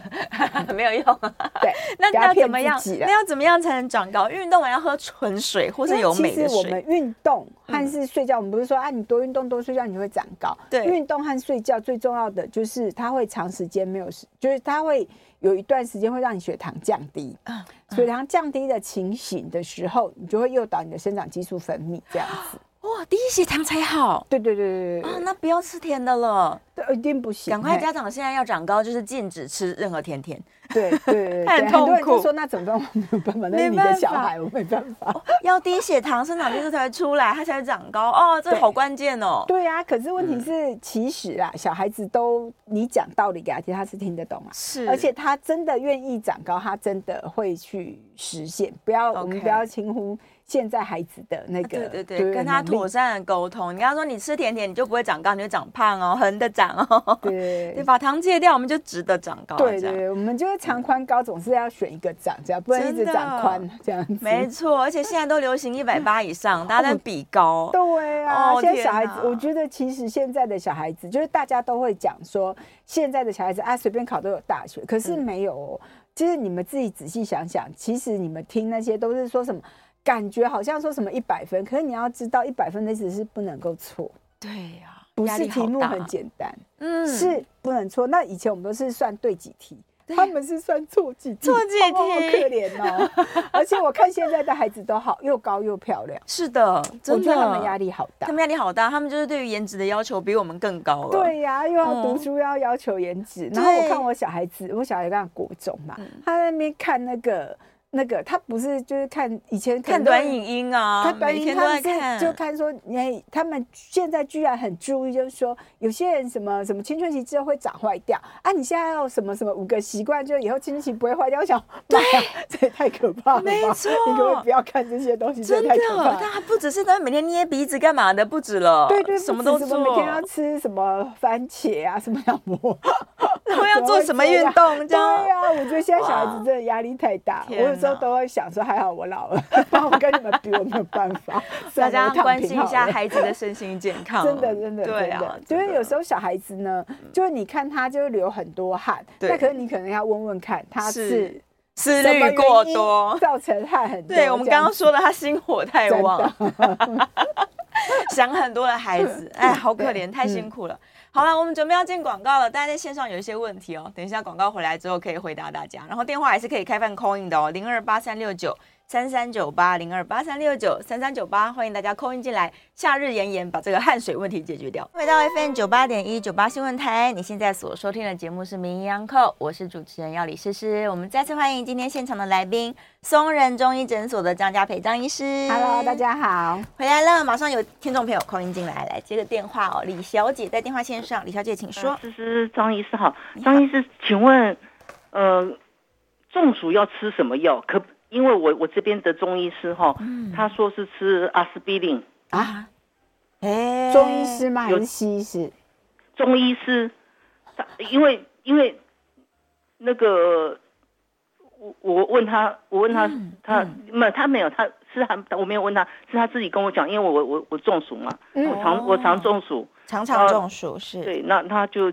Speaker 2: 没有用、啊，
Speaker 3: 对， (laughs)
Speaker 2: 那
Speaker 3: 不
Speaker 2: 那要
Speaker 3: 骗
Speaker 2: 怎么样？
Speaker 3: 自己了啊
Speaker 2: 那要怎么样才能长高？运动完要喝纯水或
Speaker 3: 因
Speaker 2: 是
Speaker 3: 为
Speaker 2: 有
Speaker 3: 其
Speaker 2: 镁
Speaker 3: 实
Speaker 2: 的
Speaker 3: 我们
Speaker 2: 水，
Speaker 3: 运动
Speaker 2: 嗯
Speaker 3: 和是睡觉，我们不是说啊，你多运动多睡觉你就会长高。
Speaker 2: 对
Speaker 3: 运动和睡觉最重要的就是它会长时间没有时，就是它会有一段时间会让你血糖降低。
Speaker 2: 嗯
Speaker 3: 血糖降低的情形的时候，你就会诱导你的生长激素分泌，这样子。
Speaker 2: 哇，低血糖才好
Speaker 3: 对对对
Speaker 2: 啊
Speaker 3: 对对！对
Speaker 2: 那不要吃甜的了，
Speaker 3: 对，一定不行。
Speaker 2: 赶快
Speaker 3: 嘿
Speaker 2: 家长现在要长高，就是禁止吃任何甜甜。
Speaker 3: 对对对
Speaker 2: (laughs)
Speaker 3: 对，
Speaker 2: 很
Speaker 3: 对很多
Speaker 2: 痛
Speaker 3: 人
Speaker 2: 苦
Speaker 3: 就说那怎么办？我没有办法，那
Speaker 2: 没
Speaker 3: 是你的
Speaker 2: 办
Speaker 3: 小
Speaker 2: 法哦
Speaker 3: 孩，我没办法。
Speaker 2: 要低血糖，生长激素才会出来，它才会长高哦，这
Speaker 3: 对
Speaker 2: 好关键哦。
Speaker 3: 对啊，可是问题是，其实啊，小孩子都你讲道理给他听，他是听得懂啊。
Speaker 2: 是，
Speaker 3: 而且他真的愿意长高，他真的会去实现。不要
Speaker 2: OK
Speaker 3: 我们不要轻忽现在孩子的那个
Speaker 2: 对啊对对，跟他
Speaker 3: 能力
Speaker 2: 妥善的沟通。你跟他说你吃甜甜，你就不会长高，你就长胖哦， (laughs) 横的长哦。
Speaker 3: 对
Speaker 2: 对，把糖戒掉，我们就值得长高啊。
Speaker 3: 对对
Speaker 2: 这样
Speaker 3: 对，我们就是长宽高总是要选一个长，这样不能一直
Speaker 2: 真的
Speaker 3: 长宽这样子。
Speaker 2: 没错，而且现在都流行一百八以
Speaker 3: 哦
Speaker 2: 上，大家在比高。
Speaker 3: 对啊，
Speaker 2: 哦
Speaker 3: 现在
Speaker 2: 天
Speaker 3: 小孩子
Speaker 2: 哪，
Speaker 3: 我觉得其实现在的小孩子，就是大家都会讲说，现在的小孩子啊，随便考都有大学，可
Speaker 2: 嗯
Speaker 3: 是没有、哦。其实你们自己仔细想想，其实你们听那些都是说什么，感觉好像说什么一百分，可是你要知道，一百分的意思是不能够错，
Speaker 2: 对呀，
Speaker 3: 不
Speaker 2: 压
Speaker 3: 是
Speaker 2: 力好
Speaker 3: 题目
Speaker 2: 大
Speaker 3: 很，简单，
Speaker 2: 嗯
Speaker 3: 是不能错。那以前我们都是算对几题。
Speaker 2: 对
Speaker 3: 他们是算错几题，
Speaker 2: 错几题
Speaker 3: 哦好可怜
Speaker 2: (laughs)
Speaker 3: 哦！而且我看现在的孩子都好，又高又漂亮，
Speaker 2: 是的，
Speaker 3: 我
Speaker 2: 真
Speaker 3: 觉
Speaker 2: 的
Speaker 3: 得他们压，力好大
Speaker 2: 他。们压力好大，他们就是对于颜值的要求比我们更高了。
Speaker 3: 对呀、又要读
Speaker 2: 嗯
Speaker 3: 书，又要要求颜值。然后我
Speaker 2: 对嗯
Speaker 3: 看我小孩子，我小孩刚国中嘛，他在那边看那个那个，他不是就是看以前可
Speaker 2: 看
Speaker 3: 能都
Speaker 2: 短影音啊，
Speaker 3: 看短
Speaker 2: 每
Speaker 3: 影
Speaker 2: 天
Speaker 3: 片，
Speaker 2: 都在
Speaker 3: 他
Speaker 2: 看，
Speaker 3: 们是就看说，哎，他们现在居然很注意，就是说有些人什么什么青春期之后会长坏掉啊，你现在要什么什么五个习惯，就以后青春期不会坏掉。我想，对， (laughs) 这也太可怕了吧，
Speaker 2: 没错
Speaker 3: 你可不可以不要看这些东西？这
Speaker 2: 真
Speaker 3: 也
Speaker 2: 的
Speaker 3: 太可怕，了。
Speaker 2: 他还不只是在每天捏鼻子干嘛的，不止了，
Speaker 3: 对对，
Speaker 2: 什么
Speaker 3: 不
Speaker 2: 都
Speaker 3: 止
Speaker 2: 做，
Speaker 3: 我每天
Speaker 2: (laughs)
Speaker 3: 要吃什么番茄啊，什么洋芋，
Speaker 2: 然后要做什么运动，这
Speaker 3: 对
Speaker 2: 样
Speaker 3: 啊，我觉得现在小孩
Speaker 2: 哇
Speaker 3: 子真的压力太大，我
Speaker 2: 天
Speaker 3: 有时候
Speaker 2: 哪
Speaker 3: 都会想说，还好我老
Speaker 2: (laughs)
Speaker 3: 了，不然我跟你们比，我没有办法。
Speaker 2: 大
Speaker 3: 算了
Speaker 2: 家
Speaker 3: 我
Speaker 2: 要
Speaker 3: 躺
Speaker 2: 关
Speaker 3: 平
Speaker 2: 心
Speaker 3: 好
Speaker 2: 一下
Speaker 3: 了
Speaker 2: 孩子的身心健康，
Speaker 3: 真的，真的，
Speaker 2: 对
Speaker 3: 真
Speaker 2: 啊
Speaker 3: 的，，因为有时
Speaker 2: 候
Speaker 3: 候小孩子呢，就是你看他就流很多汗，
Speaker 2: 对
Speaker 3: 那可是你可能要问问看他是
Speaker 2: 是思
Speaker 3: 什么
Speaker 2: 虑
Speaker 3: 原
Speaker 2: 过
Speaker 3: 因 (laughs)
Speaker 2: 多。
Speaker 3: 造成汗很多。
Speaker 2: 对我们刚刚
Speaker 3: 这样子
Speaker 2: 说了，他心火太
Speaker 3: 真的
Speaker 2: 旺， (laughs) 想很多的孩子，哎，好可怜，
Speaker 3: 嗯
Speaker 2: 太辛苦了。好了，我们准备要进广告了，大家在线上有一些问题哦，等一下广告回来之后可以回答大家，然后电话还是可以开放 call in 的哦，零二八三六九。三三九八零二八三六九三三九八，欢迎大家扣音进来。夏日炎炎把这个汗水问题解决掉。回到 FM 九八点一九八新闻台，你现在所收听的节目是《名医央叩》，我是主持人要李诗诗。我们再次欢迎今天现场的来宾，松仁中医诊所的张家培张医师。
Speaker 3: ，Hello，大家好，
Speaker 2: 回来了，马上有听众朋友空音进来，来接个电话哦。李小姐在电话线上，李小姐请说。
Speaker 4: 思思，张医师好，张医师，请问，呃，中暑要吃什么药？可因为我我这边的中医师哈，他说是吃阿司匹林，
Speaker 2: 啊，哎
Speaker 3: 中医师吗？还
Speaker 4: 有
Speaker 3: 是西医师？
Speaker 4: 中医师，他因为因为那个我我问他，我问他，他没有他没有，他是他我没有问他，是他自己跟我讲，因为我我我我中暑嘛，我
Speaker 3: 嗯，
Speaker 4: 常我常中暑，
Speaker 2: 常常中暑是。，
Speaker 4: 对，那他就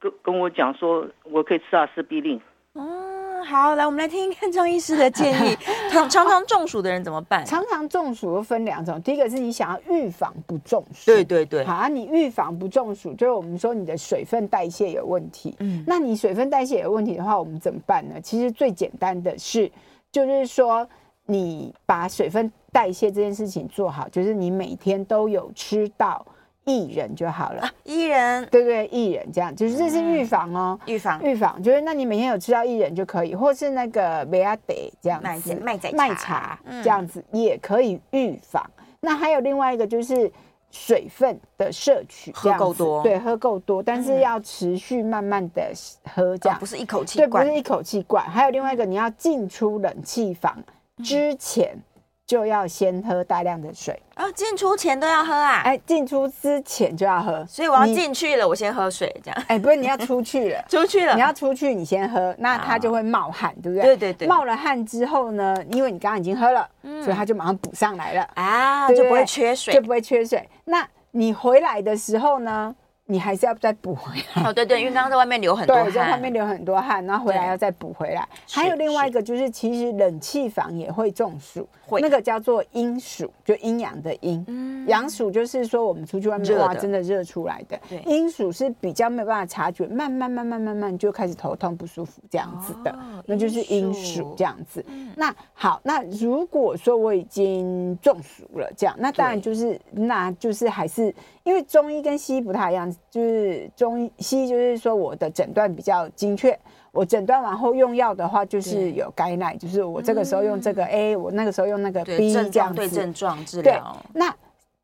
Speaker 4: 跟跟我讲说，我可以吃阿司匹林。
Speaker 2: 嗯，好，来我们来听一看张医师的建议。
Speaker 3: (laughs)
Speaker 2: 常常常中暑的人怎么办？
Speaker 3: 常常中暑又分两种，第一个是你想要预防不中暑，
Speaker 2: 对对对
Speaker 3: 好，，啊，你预防不中暑，就是我们说你的水分代谢有问题。
Speaker 2: 嗯
Speaker 3: 那你水分代谢有问题的话，我们怎么办呢？其实最简单的是，就是说你把水分代谢这件事情做好，就是你每天都有吃到薏仁就好了。
Speaker 2: 伊人
Speaker 3: 对对，薏仁这样，就是这是预防哦。
Speaker 2: 预防
Speaker 3: 预防就是，那你每天有吃到薏仁就可以，或是那个梅亚德这样
Speaker 2: 麦
Speaker 3: 子，
Speaker 2: 麦仔茶
Speaker 3: 麦茶
Speaker 2: 嗯
Speaker 3: 这样子也可以预防。那还有另外一个就是水分的摄取，
Speaker 2: 喝
Speaker 3: 这样
Speaker 2: 够
Speaker 3: 子
Speaker 2: 多
Speaker 3: 对，喝够多，但是要持续慢慢的喝，这
Speaker 2: 哦
Speaker 3: 样、
Speaker 2: 不是一口气
Speaker 3: 对，不
Speaker 2: 灌
Speaker 3: 是一口气灌。还有另外一个，你要进出冷气房之前就要先喝大量的水，
Speaker 2: 啊，进出前都要喝啊。
Speaker 3: 哎，进出之前就要喝，
Speaker 2: 所以我要
Speaker 3: 你，
Speaker 2: 进去了，我先喝水，这样
Speaker 3: 哎，不是你要出去
Speaker 2: (laughs)
Speaker 3: 了。
Speaker 2: 出去了
Speaker 3: 你要出去，你先喝，那
Speaker 2: 啊
Speaker 3: 它就会冒汗，对不
Speaker 2: 对
Speaker 3: 对？
Speaker 2: 对对嗯
Speaker 3: 冒了汗之后呢，因为你刚刚已经喝了，所以它就马上补上来了，
Speaker 2: 啊，
Speaker 3: 对
Speaker 2: 就
Speaker 3: 对
Speaker 2: 不会
Speaker 3: 对
Speaker 2: 缺水
Speaker 3: 就。不会缺水。那你回来的时候呢，你还是要再补回来。
Speaker 2: 哦，对对，因为刚刚在外面流很多
Speaker 3: 对，
Speaker 2: 汗，
Speaker 3: 在外面流很多汗，然后回来
Speaker 2: 对
Speaker 3: 要再补回来。
Speaker 2: 是
Speaker 3: 还有另外一个就是，其实冷气房也会中暑，
Speaker 2: 会
Speaker 3: 那个叫做阴暑，就阴阳的阴。
Speaker 2: 嗯
Speaker 3: 阳暑就是说我们出去外
Speaker 2: 热
Speaker 3: 面
Speaker 2: 的
Speaker 3: 哇，真的热出来的
Speaker 2: 对。
Speaker 3: 阴暑是比较没有办法察觉，慢慢慢慢慢慢就开始头痛不舒服这样子的，
Speaker 2: 哦嗯
Speaker 3: 那就是
Speaker 2: 阴
Speaker 3: 阴
Speaker 2: 暑
Speaker 3: 暑这样子。那好，那如果说我已经中暑了，这样，那当然
Speaker 2: 对
Speaker 3: 就是那就是还是因为中医跟西医不太一样，就是中医西医就是说我的诊断比较精确。我诊断完后用药的话，就
Speaker 2: 对嗯
Speaker 3: 是有该奶，就是我这个时候用这个 A，、我那个时候用那个
Speaker 2: 对
Speaker 3: B
Speaker 2: 症
Speaker 3: 这样
Speaker 2: 状
Speaker 3: 子。
Speaker 2: 对症状治
Speaker 3: 对
Speaker 2: 疗，，
Speaker 3: 那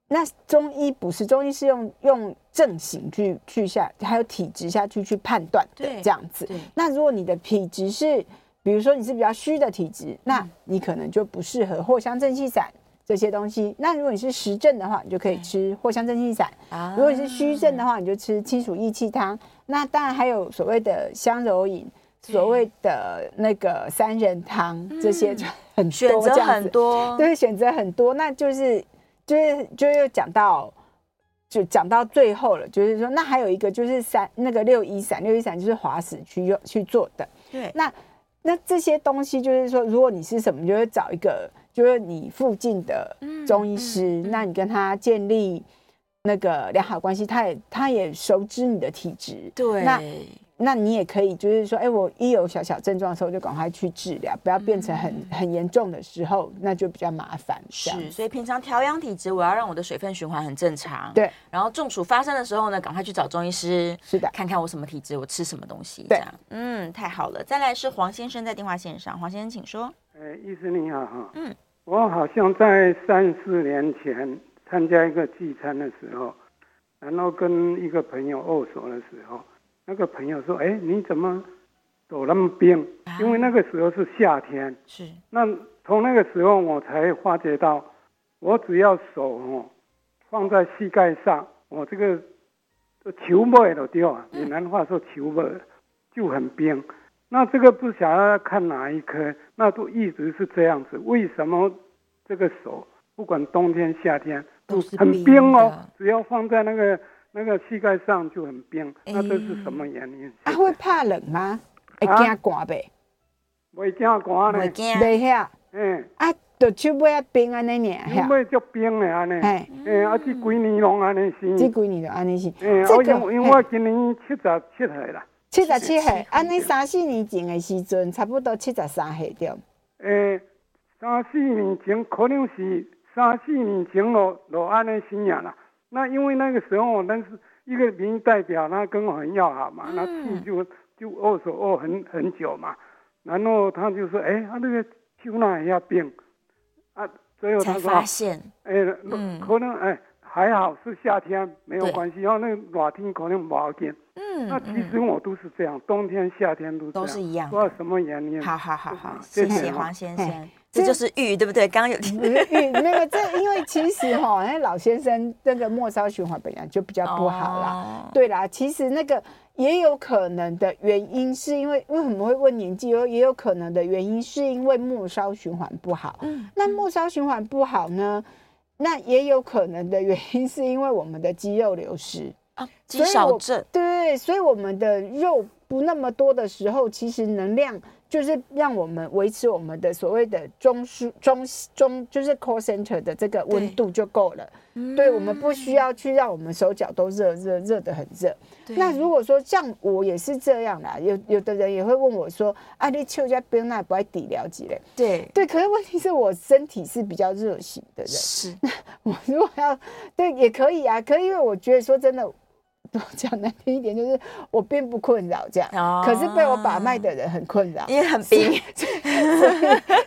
Speaker 3: 那中医不是中医是用用症型去去下，还有体质下去去判断的
Speaker 2: 对
Speaker 3: 这样子
Speaker 2: 对。
Speaker 3: 那如果你的体质是，比如说你是比较虚的体质，
Speaker 2: 嗯
Speaker 3: 那你可能就不适合藿香正气散。这些东西，那如果你是实症的话，你就可以吃藿香正气散；
Speaker 2: 啊
Speaker 3: 如果你是虚症的话，你就吃清暑益气汤。那当然还有所谓的香柔饮，所谓的那个三人汤，这些就很多
Speaker 2: 嗯选择
Speaker 3: 这样
Speaker 2: 很
Speaker 3: 子
Speaker 2: 多，
Speaker 3: 对，选择很多，那就是就是就又讲到。就讲到最后了，就是说，那还有一个就是伞，那个六一伞，六一伞就是滑石去用去做的。
Speaker 2: 对
Speaker 3: 那那这些东西就是说，如果你是什么，你就会找一个就是你附近的中医师，那你跟他建立那个良好关系，他也他也熟知你的体质，
Speaker 2: 对，
Speaker 3: 那那你也可以，就是说，哎、我一有小小症状的时候，就赶快去治疗，不要变成很、很严重的时候，那就比较麻烦。这样
Speaker 2: 是，所以平常调养体质，我要让我的水分循环很正常。
Speaker 3: 对，
Speaker 2: 然后中暑发生的时候呢，赶快去找中医师，
Speaker 3: 是的
Speaker 2: 看看我什么体质，我吃什么东西。
Speaker 3: 对
Speaker 2: 这样，嗯，太好了。再来是黄先生在电话线上，黄先生请说。
Speaker 5: 哎，医生你好哈。
Speaker 2: 嗯。
Speaker 5: 我好像在三四年前参加一个聚餐的时候，然后跟一个朋友握手的时候，那个朋友说：“哎，你怎么走那么冰？”因为那个时候是夏天。
Speaker 2: 是，
Speaker 5: 那从那个时候我才发觉到，我只要手哦放在膝盖上，我这个这球尾都掉啊，闽南话说球尾就很冰。那这个不晓得看哪一科，那都一直是这样子。为什么这个手不管冬天夏天
Speaker 2: 都是
Speaker 5: 很
Speaker 2: 冰
Speaker 5: 冰哦
Speaker 2: 的？
Speaker 5: 只要放在那个那个膝盖上就很冰。那这是
Speaker 2: 哎
Speaker 5: 什么原因？
Speaker 3: 啊，会怕冷吗？会
Speaker 5: 啊
Speaker 3: 惊寒呗？
Speaker 5: 我惊寒
Speaker 2: 我
Speaker 5: 呢，
Speaker 2: 惊，
Speaker 3: 袂遐
Speaker 5: 嗯，
Speaker 3: 啊，就手尾啊冰安尼
Speaker 2: 哎
Speaker 3: 尔
Speaker 5: 因
Speaker 3: 遐。
Speaker 5: 为就冰的安尼。
Speaker 3: 哎，
Speaker 5: 诶、啊，这几年拢安尼生。
Speaker 3: 这几年就安尼是，
Speaker 5: 诶、
Speaker 3: 这
Speaker 5: 我因
Speaker 3: 个
Speaker 5: 因为我今年七十七岁啦。
Speaker 3: 七十七岁，安尼三四年前的时阵，差不多七十三岁对。
Speaker 5: 诶、嗯三四年前可能是三四年前咯，咯安尼生啊啦。那因为那个时候，那是一个民意代表，他跟我很要好嘛，那
Speaker 2: 嗯
Speaker 5: 气就就握手握很很久嘛。然后他就说：“诶、他、那个手哪一下病啊？”最后他
Speaker 2: 才
Speaker 5: 说：“
Speaker 2: 发现，
Speaker 5: 哎、
Speaker 2: 嗯
Speaker 5: 可能哎、还好是夏天没有
Speaker 2: 对
Speaker 5: 关系，然后那个热天可能不好见。
Speaker 2: 嗯
Speaker 5: 那其实我都是这样，冬天、夏天都这
Speaker 2: 都
Speaker 5: 样
Speaker 2: 是一样
Speaker 5: 不知道什么原因。
Speaker 2: 好好好好，谢
Speaker 5: 谢
Speaker 2: 谢
Speaker 5: 谢
Speaker 2: 黄先生
Speaker 3: 哎，
Speaker 2: 这就是玉，对不对？刚刚有，
Speaker 3: 因为那个这，因为其实哈，那老先生那个末梢循环本来就比较不好啦。
Speaker 2: 哦
Speaker 3: 对啦，其实那个也有可能的原因，是因为为什么会问年纪？有也有可能的原因是因为末梢循环不好。
Speaker 2: 嗯，
Speaker 3: 那末梢循环不好呢？那也有可能的原因是因为我们的肌肉流失。
Speaker 2: 啊，肌
Speaker 3: 所以
Speaker 2: 少
Speaker 3: 我
Speaker 2: 症，
Speaker 3: 对，所以我们的肉不那么多的时候，其实能量就是让我们维持我们的所谓的中枢中中就是 core center 的这个温度就够了。对我们不需要去让我们手脚都热热热得很热。那如果说像我也是这样啦，有有的人也会问我说：“啊，你秋家冰那不爱底了几嘞
Speaker 2: 对？”，
Speaker 3: 对，可是问题是我身体是比较热型的
Speaker 2: (laughs)
Speaker 3: 人，
Speaker 2: 是，
Speaker 3: (laughs) 我如果要对也可以啊，可以，因为我觉得说真的， (laughs) 讲难听一点，就是我并不困扰这样，
Speaker 2: 哦
Speaker 3: 可是被我把脉的人很困扰。 (laughs)
Speaker 2: 因为很冰，
Speaker 3: 所以，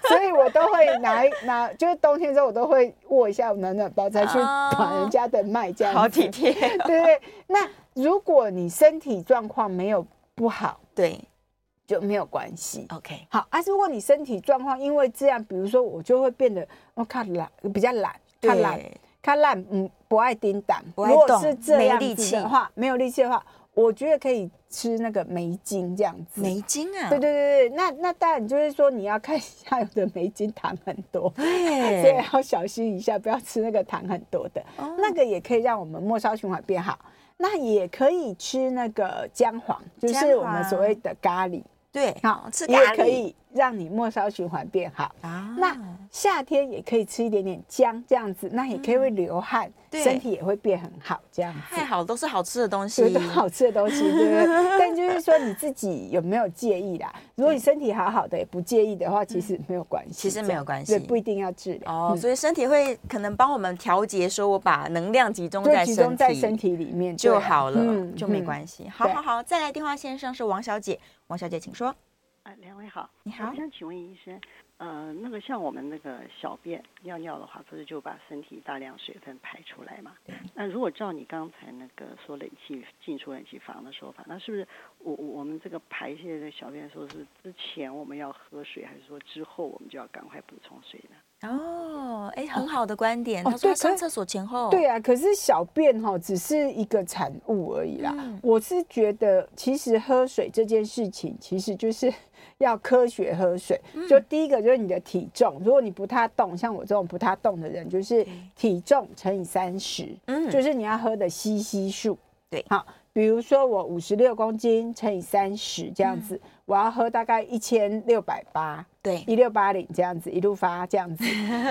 Speaker 3: 所以我都会拿一拿，就是冬天的时候我都会握一下暖暖包，再去
Speaker 2: 哦
Speaker 3: 把人家的脉这样
Speaker 2: (laughs)
Speaker 3: 子。
Speaker 2: 好体贴。
Speaker 3: 对对。那如果你身体状况没有不好，
Speaker 2: 对
Speaker 3: 就没有关系。
Speaker 2: ，OK，
Speaker 3: 好啊，如果你身体状况因为这样，比如说我就会变得我看懒，比较懒，看懒，
Speaker 2: 对，
Speaker 3: 看懒，嗯，不爱叮当。
Speaker 2: 不爱
Speaker 3: 如果
Speaker 2: 动
Speaker 3: 是这样
Speaker 2: 没力
Speaker 3: 子
Speaker 2: 气
Speaker 3: 的话，没有力气的话，我觉得可以吃那个梅精这样子。
Speaker 2: 梅精啊，
Speaker 3: 对对对对，那那当然就是说你要看一下，有的梅精糖很多，
Speaker 2: 对
Speaker 3: 所以要小心一下，不要吃那个糖很多的。那个也可以让我们末梢循环变好。那也可以吃那个姜黄，就
Speaker 2: 姜
Speaker 3: 是
Speaker 2: 黄
Speaker 3: 我们所谓的咖喱，
Speaker 2: 对，
Speaker 3: 好，
Speaker 2: 吃
Speaker 3: 也
Speaker 2: 咖
Speaker 3: 可
Speaker 2: 喱
Speaker 3: 以让你末梢循环变好。
Speaker 2: 啊，
Speaker 3: 那夏天也可以吃一点点姜，这样子，那也可以会流汗，
Speaker 2: 对
Speaker 3: 身体也会变很好，这样子
Speaker 2: 太。好，都是好吃的东西
Speaker 3: 对，，都好吃的东西，对不
Speaker 2: (laughs)
Speaker 3: 对？但就是说你自己有没有介意啦？如果你身体好好的，也不介意的话，其实没有关系，
Speaker 2: 其实没有关系
Speaker 3: 这样对，不一定要治疗
Speaker 2: 哦，
Speaker 3: 嗯
Speaker 2: 所以身体会可能帮我们调节，说我把能量集中
Speaker 3: 就
Speaker 2: 在
Speaker 3: 集中在身
Speaker 2: 体
Speaker 3: 体里面
Speaker 2: 就好了，就没
Speaker 3: 系。
Speaker 2: 关系。好
Speaker 3: 对
Speaker 2: 好好，再来电话先生是王小姐，王小姐请说。
Speaker 6: 啊，两位好，
Speaker 2: 你好
Speaker 6: 我想请问医生，呃，那个像我们那个小便尿尿的话，不是就把身体大量水分排出来嘛？那如果照你刚才那个说冷气进出冷气房的说法，那是不是我我我们这个排泄的小便的时候是之前我们要喝水，还是说之后我们就要赶快补充水呢？
Speaker 2: 哦，哎，很好的观点，他
Speaker 3: 哦
Speaker 2: 说
Speaker 3: 对
Speaker 2: 他上
Speaker 3: 可以
Speaker 2: 厕所前后，
Speaker 3: 对啊，可是小便哈只是一个产物而已啦。
Speaker 2: 嗯
Speaker 3: 我是觉得，其实喝水这件事情，其实就是要科学喝水。
Speaker 2: 嗯
Speaker 3: 就第一个就是你的体重，如果你不太动，像我这种不太动的人，就是体重乘以三十，
Speaker 2: 嗯
Speaker 3: 就是你要喝的 CC 数。
Speaker 2: 对
Speaker 3: 好，比如说我五十六公斤乘以三十这样子，
Speaker 2: 嗯
Speaker 3: 我要喝大概一千六百八。
Speaker 2: 对
Speaker 3: 一六八零这样子一路发
Speaker 2: (laughs)
Speaker 3: 这样子，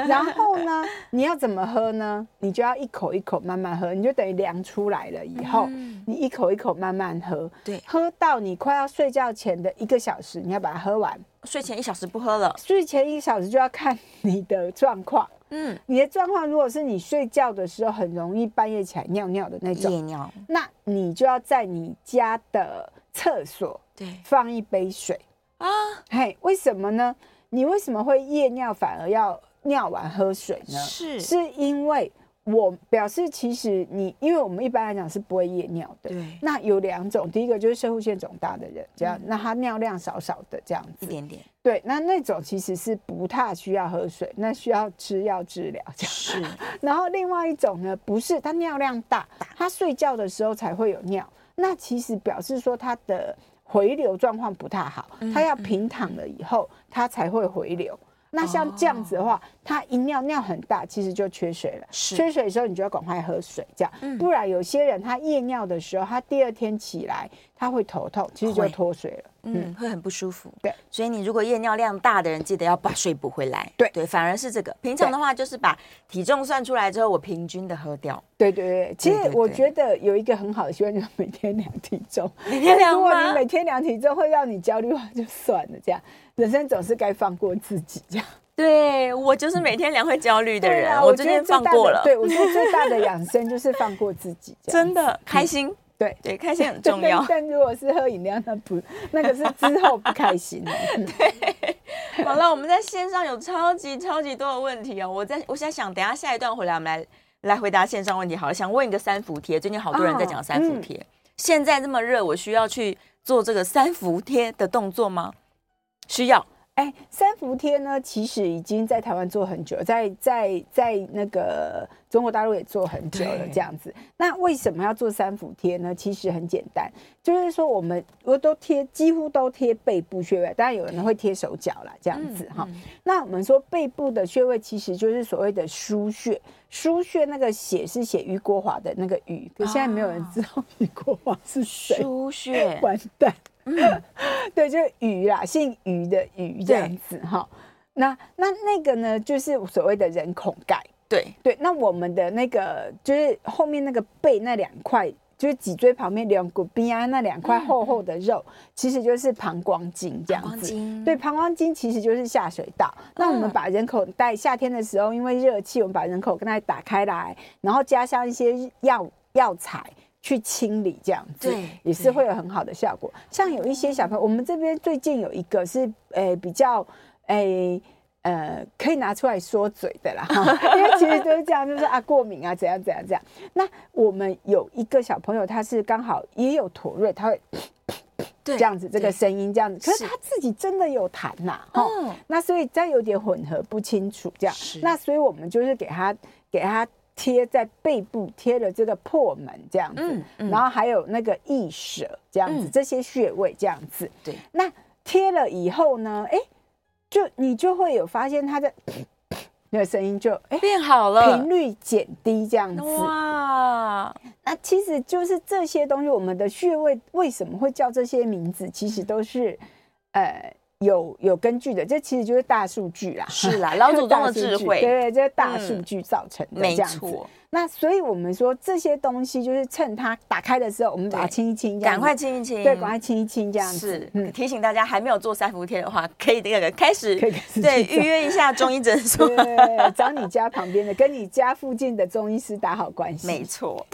Speaker 3: 然后呢，你要怎么喝呢？你就要一口一口慢慢喝，你就等于量出来了以后，
Speaker 2: 嗯
Speaker 3: 你一口一口慢慢喝，
Speaker 2: 对
Speaker 3: 喝到你快要睡觉前的一个小时，你要把它喝完。
Speaker 2: 睡前一小时不喝了，
Speaker 3: 睡前一个小时就要看你的状况，
Speaker 2: 嗯，
Speaker 3: 你的状况如果是你睡觉的时候很容易半夜起来尿尿的
Speaker 2: 夜
Speaker 3: 那种，
Speaker 2: 尿，
Speaker 3: 那你就要在你家的厕所
Speaker 2: 对
Speaker 3: 放一杯水。
Speaker 2: 啊，
Speaker 3: 嘿，为什么呢？你为什么会夜尿，反而要尿完喝水呢？
Speaker 2: 是
Speaker 3: 是因为我表示，其实你，因为我们一般来讲是不会夜尿的。
Speaker 2: 对
Speaker 3: 那有两种，第一个就是射护腺肿大的人，
Speaker 2: 嗯
Speaker 3: 这样，那他尿量少少的这样
Speaker 2: 一
Speaker 3: 子，
Speaker 2: 点点，
Speaker 3: 对，那那种其实是不太需要喝水，那需要吃药治疗这样。
Speaker 2: 是
Speaker 3: (laughs) 然后另外一种呢，不是他尿量大，他睡觉的时候才会有尿，那其实表示说他的回流状况不太好，
Speaker 2: 嗯
Speaker 3: 他要平躺了以后，他才会回流。那像这样子的话，他一尿尿很大，其实就缺水了。
Speaker 2: 哦是嗯
Speaker 3: 缺水的时候，你就要赶快喝水，这样。不然有些人他夜尿的时候，他第二天起来他会头痛，其实就
Speaker 2: 会
Speaker 3: 脱水了。
Speaker 2: 嗯，会很不舒服。
Speaker 3: 对，
Speaker 2: 所以你如果夜尿量大的人，记得要把水补回来。
Speaker 3: 对
Speaker 2: 对，反而是这个。平常的话，就是把体重算出来之后，我平均的喝掉。
Speaker 3: 对对对，其
Speaker 2: 对
Speaker 3: 实
Speaker 2: 对
Speaker 3: 我
Speaker 2: 对
Speaker 3: 觉得有一个很好的习惯，就是每天量体重。 (laughs) 每
Speaker 2: 天量
Speaker 3: 如果你
Speaker 2: 吗
Speaker 3: 每天量体重会让你焦虑的话，就算了，这样人生总是该放过自己这样。
Speaker 2: 对我就是每天量会焦虑的
Speaker 3: 对
Speaker 2: 人，
Speaker 3: 啊，
Speaker 2: 我
Speaker 3: 觉
Speaker 2: 最
Speaker 3: 得
Speaker 2: 近
Speaker 3: 最
Speaker 2: 放
Speaker 3: 大
Speaker 2: 过
Speaker 3: 的
Speaker 2: 了，
Speaker 3: 对，我觉得最大的养生就是放过自己，这样
Speaker 2: (laughs) 真的开心。
Speaker 3: 对。
Speaker 2: 对，开心很
Speaker 3: 但
Speaker 2: 重要。
Speaker 3: (laughs) 但但如果是喝饮料，那不，那个是之后不开心
Speaker 2: (laughs)
Speaker 3: 的。 (laughs)
Speaker 2: 好了，我们在线上有超级超级多的问题哦。我在我在想，等一下下一段回来，我们来来回答线上问题。好了，想问一个三伏贴，最近好多人在讲三伏贴。
Speaker 3: 嗯
Speaker 2: 现在这么热，我需要去做这个三伏贴的动作吗？需要。
Speaker 3: 哎，三伏贴呢，其实已经在台湾做很久，在在在那个中国大陆也做很久了
Speaker 2: 对，
Speaker 3: 这样子。那为什么要做三伏贴呢？其实很简单，就是说我们我都贴，几乎都贴背部穴位，当然有人会贴手脚啦，这样子哈、那我们说背部的穴位其实就是所谓的腧穴，腧穴那个血是写于国华的那个禹，可现在没有人知道于国华是谁。
Speaker 2: 输血嗯
Speaker 3: 完蛋。对，就是鱼啦，姓鱼的鱼这样子哈。那那那个呢，就是所谓的人孔盖。
Speaker 2: 对，
Speaker 3: 对，那我们的那个就是后面那个背那两块，就是脊椎旁边两股边啊那两块厚厚的肉，其实就是膀胱经这样
Speaker 2: 嗯膀胱
Speaker 3: 子。
Speaker 2: 经
Speaker 3: 对，膀胱经其实就是下水道。那
Speaker 2: 嗯
Speaker 3: 我们把人口袋，夏天的时候因为热气，我们把人口袋打开来，然后加上一些药药材。去清理这样子，
Speaker 2: 对嗯
Speaker 3: 也是会有很好的效果。像有一些小朋友，我们这边最近有一个是诶、比较诶。呃，可以拿出来说嘴的啦，哈 (laughs) 因为其实都是这样，就是啊过敏啊，怎样怎样怎样。那我们有一个小朋友，他是刚好也有妥瑞，他会
Speaker 2: 对
Speaker 3: 这样子这个
Speaker 2: 对
Speaker 3: 声音这样子，可
Speaker 2: 是
Speaker 3: 是他自己真的有痰呐、哈、
Speaker 2: 哦
Speaker 3: 那所以再有点混合不清楚这样
Speaker 2: 是，
Speaker 3: 那所以我们就是给他给他贴在背部贴了这个破门这样子，
Speaker 2: 嗯嗯
Speaker 3: 然后还有那个义舍这样子、
Speaker 2: 嗯
Speaker 3: 这些穴位这样子，
Speaker 2: 对，
Speaker 3: 那贴了以后呢，哎、就你就会有发现他的 (coughs) 那个声音就哎。
Speaker 2: 变好了
Speaker 3: 频，率减低这样子，
Speaker 2: 哇，
Speaker 3: 那其实就是这些东西，我们的穴位为什么会叫这些名字，其实都是呃有有根据的，这其实就是大数据啦。
Speaker 2: 是啦，老
Speaker 3: (laughs)
Speaker 2: 祖宗的智慧，嗯
Speaker 3: 对对，这是大数据造成的、
Speaker 2: 没
Speaker 3: 这样子。
Speaker 2: 错，
Speaker 3: 那所以我们说这些东西，就是趁它打开的时候，我们把它
Speaker 2: 对
Speaker 3: 清一清，这
Speaker 2: 赶
Speaker 3: 样子
Speaker 2: 快清一清，
Speaker 3: 对，赶快清一清这样子。嗯
Speaker 2: 是、 (laughs) 提醒大家，还没有做三伏贴的话，可以那个开始
Speaker 3: 可以开始
Speaker 2: 对
Speaker 3: 去做
Speaker 2: 预约一下中医诊所。
Speaker 3: 对，找你家旁边的，跟你家附近的中医师打好关系。
Speaker 2: 没错。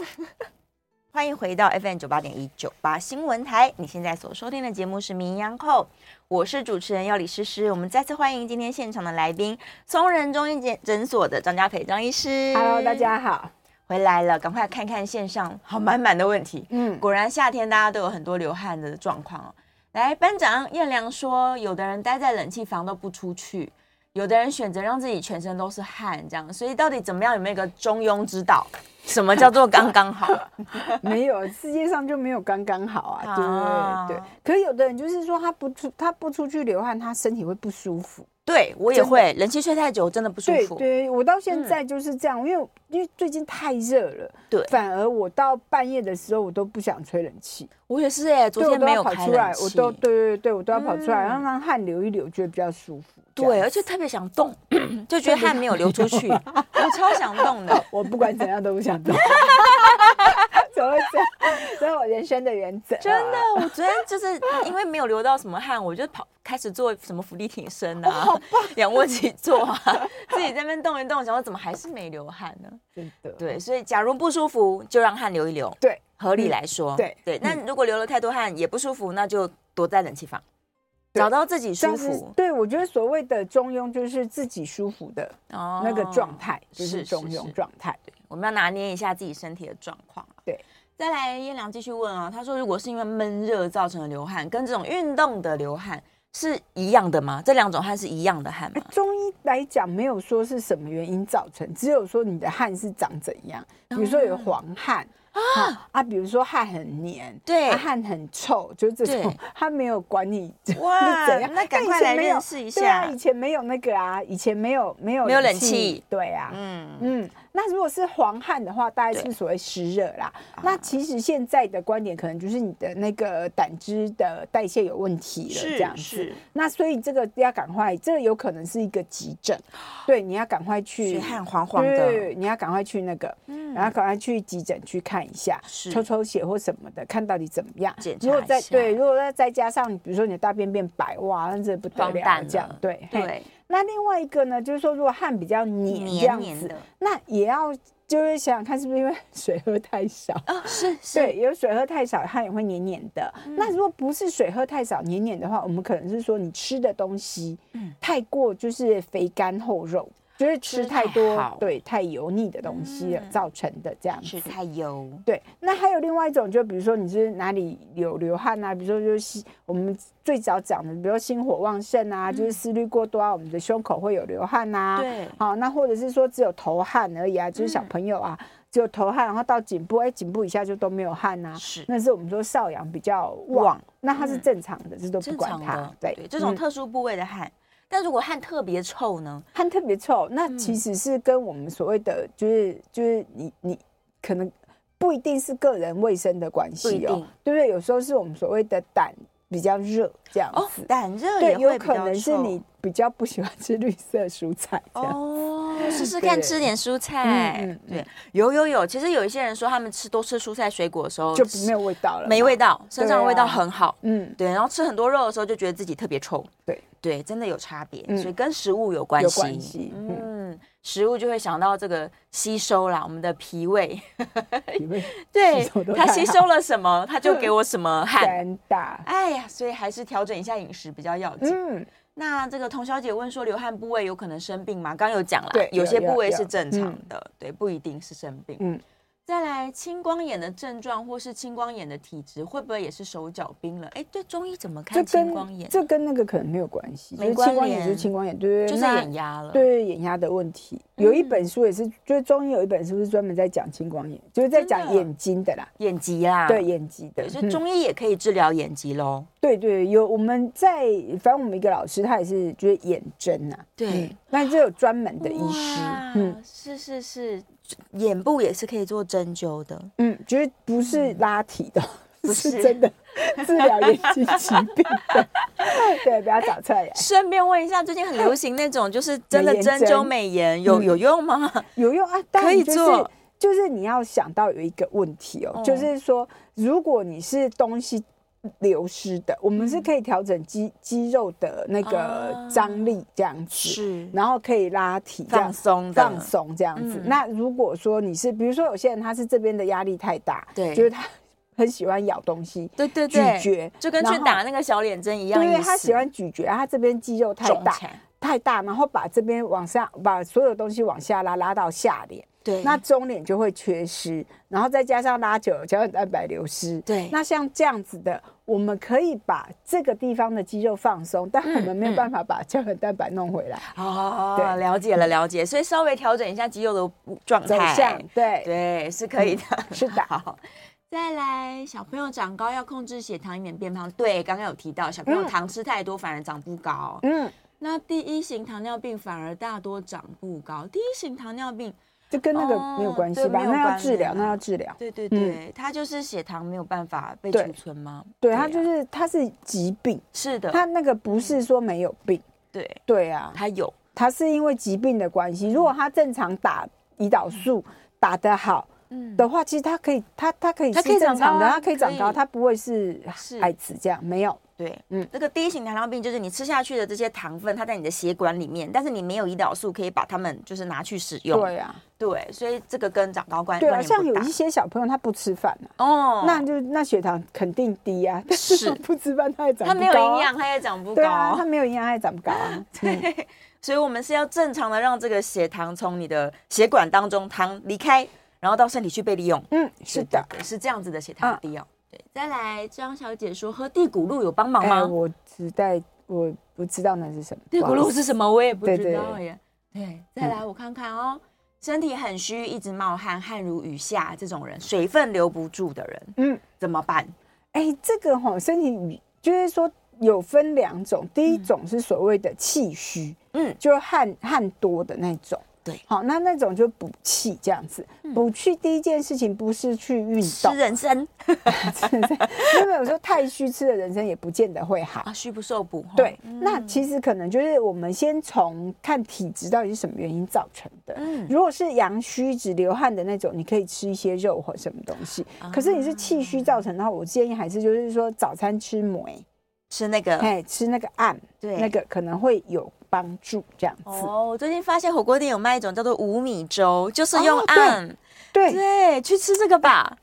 Speaker 2: 欢迎回到 FM 九八点一九八新闻台，你现在所收听的节目是《名扬后》，我是主持人要李诗诗。我们再次欢迎今天现场的来宾，松仁中医诊诊所的张家培张医师。
Speaker 3: Hello，大家好。
Speaker 2: 回来了，赶快看看线上好满满的问题。
Speaker 3: 嗯，
Speaker 2: 果然夏天大家都有很多流汗的状况哦。来，班长燕良说，有的人待在冷气房都不出去，有的人选择让自己全身都是汗，这样。所以到底怎么样有没有一个中庸之道？什么叫做刚刚
Speaker 3: (laughs)
Speaker 2: 好？ (laughs)
Speaker 3: 没有，世界上就没有刚刚好啊，对
Speaker 2: 啊
Speaker 3: 对。可有的人就是说他不出他不出去流汗，他身体会不舒服。
Speaker 2: 对我也会，冷气吹太久真的不舒
Speaker 3: 对
Speaker 2: 服。嗯
Speaker 3: 对，我到现在就是这样，因为因为最近太热了，
Speaker 2: 对
Speaker 3: 反而我到半夜的时候我都不想吹冷气，
Speaker 2: 我也是哎，昨
Speaker 3: 对我
Speaker 2: 天
Speaker 3: 都
Speaker 2: 没
Speaker 3: 要
Speaker 2: 有
Speaker 3: 跑
Speaker 2: 开
Speaker 3: 出来
Speaker 2: 冷，气。
Speaker 3: 我都对对对，我都要跑出来，
Speaker 2: 嗯
Speaker 3: 让让汗流一流，觉得比较舒服。这
Speaker 2: 对，
Speaker 3: 样
Speaker 2: 而且特别想
Speaker 3: (laughs)
Speaker 2: 动，就觉得汗没有流出去，我超想动的。
Speaker 3: 我不管怎样都不
Speaker 2: (laughs)
Speaker 3: 想动， (laughs) 怎么会这样？ (laughs) 这是我人生的原则。啊
Speaker 2: (laughs) 真
Speaker 3: (laughs)
Speaker 2: 的，我昨天就是因为没有流到什么汗，我就跑开始做什么俯卧挺
Speaker 3: (laughs)
Speaker 2: 身啊，仰卧起坐啊， (laughs) 自己在那边动一动，想说怎么还是没流汗呢？
Speaker 3: 真的，
Speaker 2: 对，所以假如不舒服，就让汗流一流，
Speaker 3: 对
Speaker 2: 合理来说，
Speaker 3: 嗯对
Speaker 2: 对。
Speaker 3: 嗯
Speaker 2: 那如果流了太多汗也不舒服，那就躲在冷气房，
Speaker 3: 对
Speaker 2: 找到自己
Speaker 3: 这
Speaker 2: 舒
Speaker 3: 样是
Speaker 2: 服
Speaker 3: 对我觉得所谓的中庸就是自己舒服的
Speaker 2: 哦
Speaker 3: 那个状。态，就是是中
Speaker 2: 是
Speaker 3: 庸
Speaker 2: 是
Speaker 3: 状态。
Speaker 2: 我们要拿捏一下自己身体的状况啊
Speaker 3: 对。
Speaker 2: 再来，燕良继续问啊，他说如果是因为闷热造成的流汗，跟这种运动的流汗是一样的吗？这两种汗是一样的汗吗？
Speaker 3: 中医来讲，没有说是什么原因造成，只有说你的汗是长怎样，比如说
Speaker 2: 哦
Speaker 3: 有黄汗。啊啊！比如说汗很黏，
Speaker 2: 对
Speaker 3: 啊汗很臭，就是这种
Speaker 2: 对，
Speaker 3: 他没有管你 (laughs) 是
Speaker 2: 哇
Speaker 3: 怎样。
Speaker 2: 那赶
Speaker 3: 以
Speaker 2: 快
Speaker 3: 前
Speaker 2: 来
Speaker 3: 没有
Speaker 2: 认识一
Speaker 3: 对啊
Speaker 2: 下
Speaker 3: 以前没有那个啊，以前没有没有
Speaker 2: 没有冷气
Speaker 3: 对啊，
Speaker 2: 嗯，
Speaker 3: 嗯，那如果是黄汗的话，大概
Speaker 2: 对啊
Speaker 3: 是所谓湿热啦。那其实现在的观点可能就是你的那个胆汁的代谢有问题了，
Speaker 2: 是
Speaker 3: 这样
Speaker 2: 是
Speaker 3: 子。那所以这个要赶快，这个有可能是一个急症，对，你要赶快去
Speaker 2: 啊血汗黄黄的，嗯
Speaker 3: 对，你要赶快去那个，然后赶快去急诊去看一下，
Speaker 2: 是
Speaker 3: 抽抽血或什么的，看到底怎么样
Speaker 2: 检。查
Speaker 3: 如果
Speaker 2: 一
Speaker 3: 再
Speaker 2: 下
Speaker 3: 对，如果再再加上比如说你的大便变白，哇，那这不得
Speaker 2: 荒
Speaker 3: 了
Speaker 2: 诞，
Speaker 3: 这样
Speaker 2: 了
Speaker 3: 对嘿
Speaker 2: 对，
Speaker 3: 那另外一个呢，就是说如果汗比较黏这
Speaker 2: 黏
Speaker 3: 样
Speaker 2: 黏
Speaker 3: 子，
Speaker 2: 的
Speaker 3: 那也要就是想想看是不是因为水喝太少。
Speaker 2: 哦，是是，嗯
Speaker 3: 对，有水喝太少，汗也会黏黏的。那如果不是水喝太少黏黏的话，我们可能是说你吃的东西，
Speaker 2: 嗯
Speaker 3: 太过就是肥甘厚肉，就是吃
Speaker 2: 吃
Speaker 3: 太
Speaker 2: 太
Speaker 3: 多
Speaker 2: 好
Speaker 3: 对太油腻的东西了
Speaker 2: 嗯
Speaker 3: 造成的这样子
Speaker 2: 吃。太油，
Speaker 3: 对，那还有另外一种，就比如说你是哪里有流汗啊，比如说就是心我们最早讲的，比如说心火旺盛啊，就是思虑过多啊，我们的胸口会有流汗啊。
Speaker 2: 嗯对
Speaker 3: 好、那或者是说只有头汗而已啊，就是小
Speaker 2: 嗯
Speaker 3: 朋友啊，只有头汗，然后到颈部，哎，颈部以下就都没有汗啊。
Speaker 2: 是
Speaker 3: 那是我们说少阳比较旺，
Speaker 2: 旺
Speaker 3: 那它是
Speaker 2: 嗯
Speaker 3: 正常的，这都不
Speaker 2: 正
Speaker 3: 管
Speaker 2: 常
Speaker 3: 它
Speaker 2: 的。，
Speaker 3: 对，
Speaker 2: 这种
Speaker 3: 嗯
Speaker 2: 特殊部位的汗。但如果汗特别臭呢？
Speaker 3: 汗特别臭，那
Speaker 2: 嗯
Speaker 3: 其实是跟我们所谓的就是就是你你可能不一定是个人卫生的关
Speaker 2: 不一
Speaker 3: 系
Speaker 2: 定
Speaker 3: 哦，对不对？有时候是我们所谓的胆比较热这样
Speaker 2: 哦
Speaker 3: 子，，
Speaker 2: 胆热
Speaker 3: 对
Speaker 2: 也，会
Speaker 3: 有
Speaker 2: 比
Speaker 3: 可
Speaker 2: 较
Speaker 3: 能是
Speaker 2: 臭
Speaker 3: 你比较不喜欢吃绿色蔬菜这样。
Speaker 2: 哦，试试看
Speaker 3: 对
Speaker 2: 吃点蔬菜。
Speaker 3: 嗯嗯嗯
Speaker 2: 对，有有有，其实有一些人说他们吃多吃蔬菜水果的时候
Speaker 3: 就没有味道了，
Speaker 2: 没味。道，身上的
Speaker 3: 对啊
Speaker 2: 味道很好。
Speaker 3: 嗯，
Speaker 2: 对，然后吃很多肉的时候就觉得自己特别臭。
Speaker 3: 对
Speaker 2: 对，真的有差别，
Speaker 3: 嗯
Speaker 2: 所以跟食物有关系。
Speaker 3: 有关系嗯
Speaker 2: 嗯，嗯，食物就会想到这个吸收啦，我们的脾
Speaker 3: (laughs)
Speaker 2: 胃，
Speaker 3: 哎因为
Speaker 2: 对
Speaker 3: 吸收都
Speaker 2: 它
Speaker 3: 太
Speaker 2: 吸
Speaker 3: 好
Speaker 2: 收了什么，它就给我什
Speaker 3: (laughs)
Speaker 2: 么汗。
Speaker 3: 三大，
Speaker 2: 哎呀，所以还是调整一下饮食比较要紧。
Speaker 3: 嗯，
Speaker 2: 那这个童小姐问说，流汗部位有可能生病吗？刚刚有讲啦，
Speaker 3: 对
Speaker 2: 有些
Speaker 3: 有
Speaker 2: 部位
Speaker 3: 有
Speaker 2: 是
Speaker 3: 有
Speaker 2: 正常
Speaker 3: 嗯
Speaker 2: 的，对，不一定是生病。
Speaker 3: 嗯，
Speaker 2: 再来，青光眼的症状或是青光眼的体质，会不会也是手脚冰冷？哎，对，中医怎么
Speaker 3: 这
Speaker 2: 看青光
Speaker 3: 跟
Speaker 2: 眼？
Speaker 3: 这跟那个可能没有关系，就
Speaker 2: 没
Speaker 3: 是
Speaker 2: 关
Speaker 3: 青光眼
Speaker 2: 联
Speaker 3: 就是青光眼，对对对，
Speaker 2: 就是
Speaker 3: 那
Speaker 2: 眼压了。，嗯
Speaker 3: 对眼压的问题，有一本书也是，就是中医有一本书是专门在讲青光眼，就是在
Speaker 2: 真的
Speaker 3: 讲眼睛的啦，
Speaker 2: 眼疾啦。
Speaker 3: 对眼疾的
Speaker 2: 对，，所
Speaker 3: 嗯
Speaker 2: 以中医也可以治疗眼疾喽。
Speaker 3: 对对，有我们在，反正我们一个老师他也是就是眼针呐、啊，
Speaker 2: 对
Speaker 3: 嗯，那就有专门的医师，嗯
Speaker 2: 嗯，是是是，眼部也是可以做针灸的。
Speaker 3: 嗯，就是不是拉提的，
Speaker 2: (laughs) 不
Speaker 3: 是
Speaker 2: 是 (laughs)
Speaker 3: 真的治疗眼睛疾病 (laughs) 的，对，不要找出来，
Speaker 2: 顺便问一下，最近很流行那种就是真的
Speaker 3: 美颜
Speaker 2: 针
Speaker 3: 针
Speaker 2: 灸美颜，有
Speaker 3: 嗯
Speaker 2: 有用吗？
Speaker 3: 有用啊，当然
Speaker 2: 可以
Speaker 3: 就是
Speaker 2: 做
Speaker 3: 就是你要想到有一个问题哦，
Speaker 2: 嗯
Speaker 3: 就是说，如果你是东西流失的，我们是可以调整肌肌肉的那个
Speaker 2: 嗯啊
Speaker 3: 张力这样子，
Speaker 2: 是
Speaker 3: 然后可以拉提这样
Speaker 2: 放松的，
Speaker 3: 放松这样子。
Speaker 2: 嗯
Speaker 3: 那如果说你是，比如说有些人他是这边的压力太大，
Speaker 2: 对
Speaker 3: 就是他很喜欢咬东西，
Speaker 2: 对对
Speaker 3: 咀
Speaker 2: 对，
Speaker 3: 嚼
Speaker 2: 就跟
Speaker 3: 然
Speaker 2: 去
Speaker 3: 后
Speaker 2: 打那个小脸针一样
Speaker 3: 对
Speaker 2: 意思。
Speaker 3: 对，他喜欢咀嚼，他这边肌肉太
Speaker 2: 肿
Speaker 3: 大
Speaker 2: 起来，
Speaker 3: 太大，然后把这边往上，把所有东西往下拉，拉到下脸。
Speaker 2: 对，
Speaker 3: 那中脸就会缺失，然后再加上拉久了胶原蛋白流失。
Speaker 2: 对
Speaker 3: 那像这样子的，我们可以把这个地方的肌肉放松，但
Speaker 2: 嗯
Speaker 3: 我们没有办法把胶原蛋白弄回来，
Speaker 2: 哦，
Speaker 3: 对
Speaker 2: 了解了了解，所以稍微调整一下肌肉的状
Speaker 3: 走
Speaker 2: 态，
Speaker 3: 向对
Speaker 2: 对是可以的。
Speaker 3: 是的
Speaker 2: 好，再来，小朋友长高要控制血糖，以免变胖。对，刚刚有提到，小朋友
Speaker 3: 嗯
Speaker 2: 糖吃太多反而长不高。
Speaker 3: 嗯，
Speaker 2: 那第一型糖尿病反而大多长不高。第一型糖尿病，
Speaker 3: 就跟那个没有
Speaker 2: 哦
Speaker 3: 关系
Speaker 2: 对
Speaker 3: 吧？
Speaker 2: 没有
Speaker 3: 那要
Speaker 2: 关
Speaker 3: 治疗，
Speaker 2: 联
Speaker 3: 那要治疗。
Speaker 2: 对对
Speaker 3: 嗯
Speaker 2: 对，它就是血糖没有办法被
Speaker 3: 对
Speaker 2: 储存吗？
Speaker 3: 对，
Speaker 2: 啊
Speaker 3: 它就是它是疾病，
Speaker 2: 是的，
Speaker 3: 它那个不是说没有病，
Speaker 2: 对，
Speaker 3: 对啊，
Speaker 2: 它有
Speaker 3: 它是因为疾病的关系。如果它正常打胰岛素打得好
Speaker 2: 嗯
Speaker 3: 的话，其实它可以，它它可以
Speaker 2: 它
Speaker 3: 是
Speaker 2: 可以长
Speaker 3: 正常
Speaker 2: 高
Speaker 3: 的，
Speaker 2: 啊
Speaker 3: 它可以长
Speaker 2: 可
Speaker 3: 高，
Speaker 2: 以
Speaker 3: 它不会是
Speaker 2: 是
Speaker 3: 矮子这样，没有。
Speaker 2: 对，
Speaker 3: 嗯
Speaker 2: 嗯，这个第一型糖尿病就是你吃下去的这些糖分，它在你的血管里面，但是你没有胰岛素可以把它们就是拿去使用。
Speaker 3: 对啊，
Speaker 2: 对所以这个跟长高关
Speaker 3: 对啊，
Speaker 2: 关联
Speaker 3: 像
Speaker 2: 不
Speaker 3: 有
Speaker 2: 大
Speaker 3: 一些小朋友他不吃饭啊，
Speaker 2: 哦，
Speaker 3: 那就那血糖肯定低啊，但是
Speaker 2: 是
Speaker 3: 他 (laughs) 不吃饭他也长
Speaker 2: 它
Speaker 3: 不
Speaker 2: 没有
Speaker 3: 高啊
Speaker 2: 营养，它也长不
Speaker 3: 对啊，他
Speaker 2: 高。
Speaker 3: 没有营养他也长不高 (laughs) 啊。嗯
Speaker 2: 所以我们是要正常的让这个血糖从你的血管当中糖离开，然后到身体去被利用。
Speaker 3: 嗯，是的。嗯
Speaker 2: 对对对是这样子的血糖低哦。对，再来张小姐说喝地骨露有帮忙
Speaker 3: 哎，
Speaker 2: 吗？
Speaker 3: 我只在我不知道那是什么。
Speaker 2: 地骨
Speaker 3: 不好
Speaker 2: 露
Speaker 3: 意思
Speaker 2: 是什么？我也不
Speaker 3: 对
Speaker 2: 知
Speaker 3: 对嗯
Speaker 2: 道耶。对，再来我看看哦。身体很虚，一直冒汗，汗如雨下，这种人水分留不住的人
Speaker 3: 嗯，
Speaker 2: 怎么办？
Speaker 3: 哎、这个哈、身体里就是说有分两种，第一种是所谓的气虚，
Speaker 2: 嗯
Speaker 3: 就是汗汗多的那种。
Speaker 2: 对嗯
Speaker 3: 好，那那种就补气这样子。补气第一件事情不是去运
Speaker 2: 吃啊
Speaker 3: 动，
Speaker 2: 人参
Speaker 3: 真的是 (laughs) 因为有时候太虚吃的人参也不见得会好。
Speaker 2: 啊，虚不受补。吼
Speaker 3: 对，那其实可能就是我们先从看体质到底是什么原因造成的。
Speaker 2: 嗯
Speaker 3: 如果是阳虚只流汗的那种，你可以吃一些肉或什么东西。
Speaker 2: 啊
Speaker 3: 可是你是气虚造成的话，我建议还是就是说早餐吃馍，
Speaker 2: 吃那个
Speaker 3: 哎，吃那个暗，
Speaker 2: 啊对
Speaker 3: 那个可能会有帮助这样子。
Speaker 2: 哦，我最近发现火锅店有卖一种叫做无米粥，就是用
Speaker 3: 哦对
Speaker 2: 按，
Speaker 3: 对，
Speaker 2: 对，去吃这个
Speaker 3: (laughs)
Speaker 2: 吧，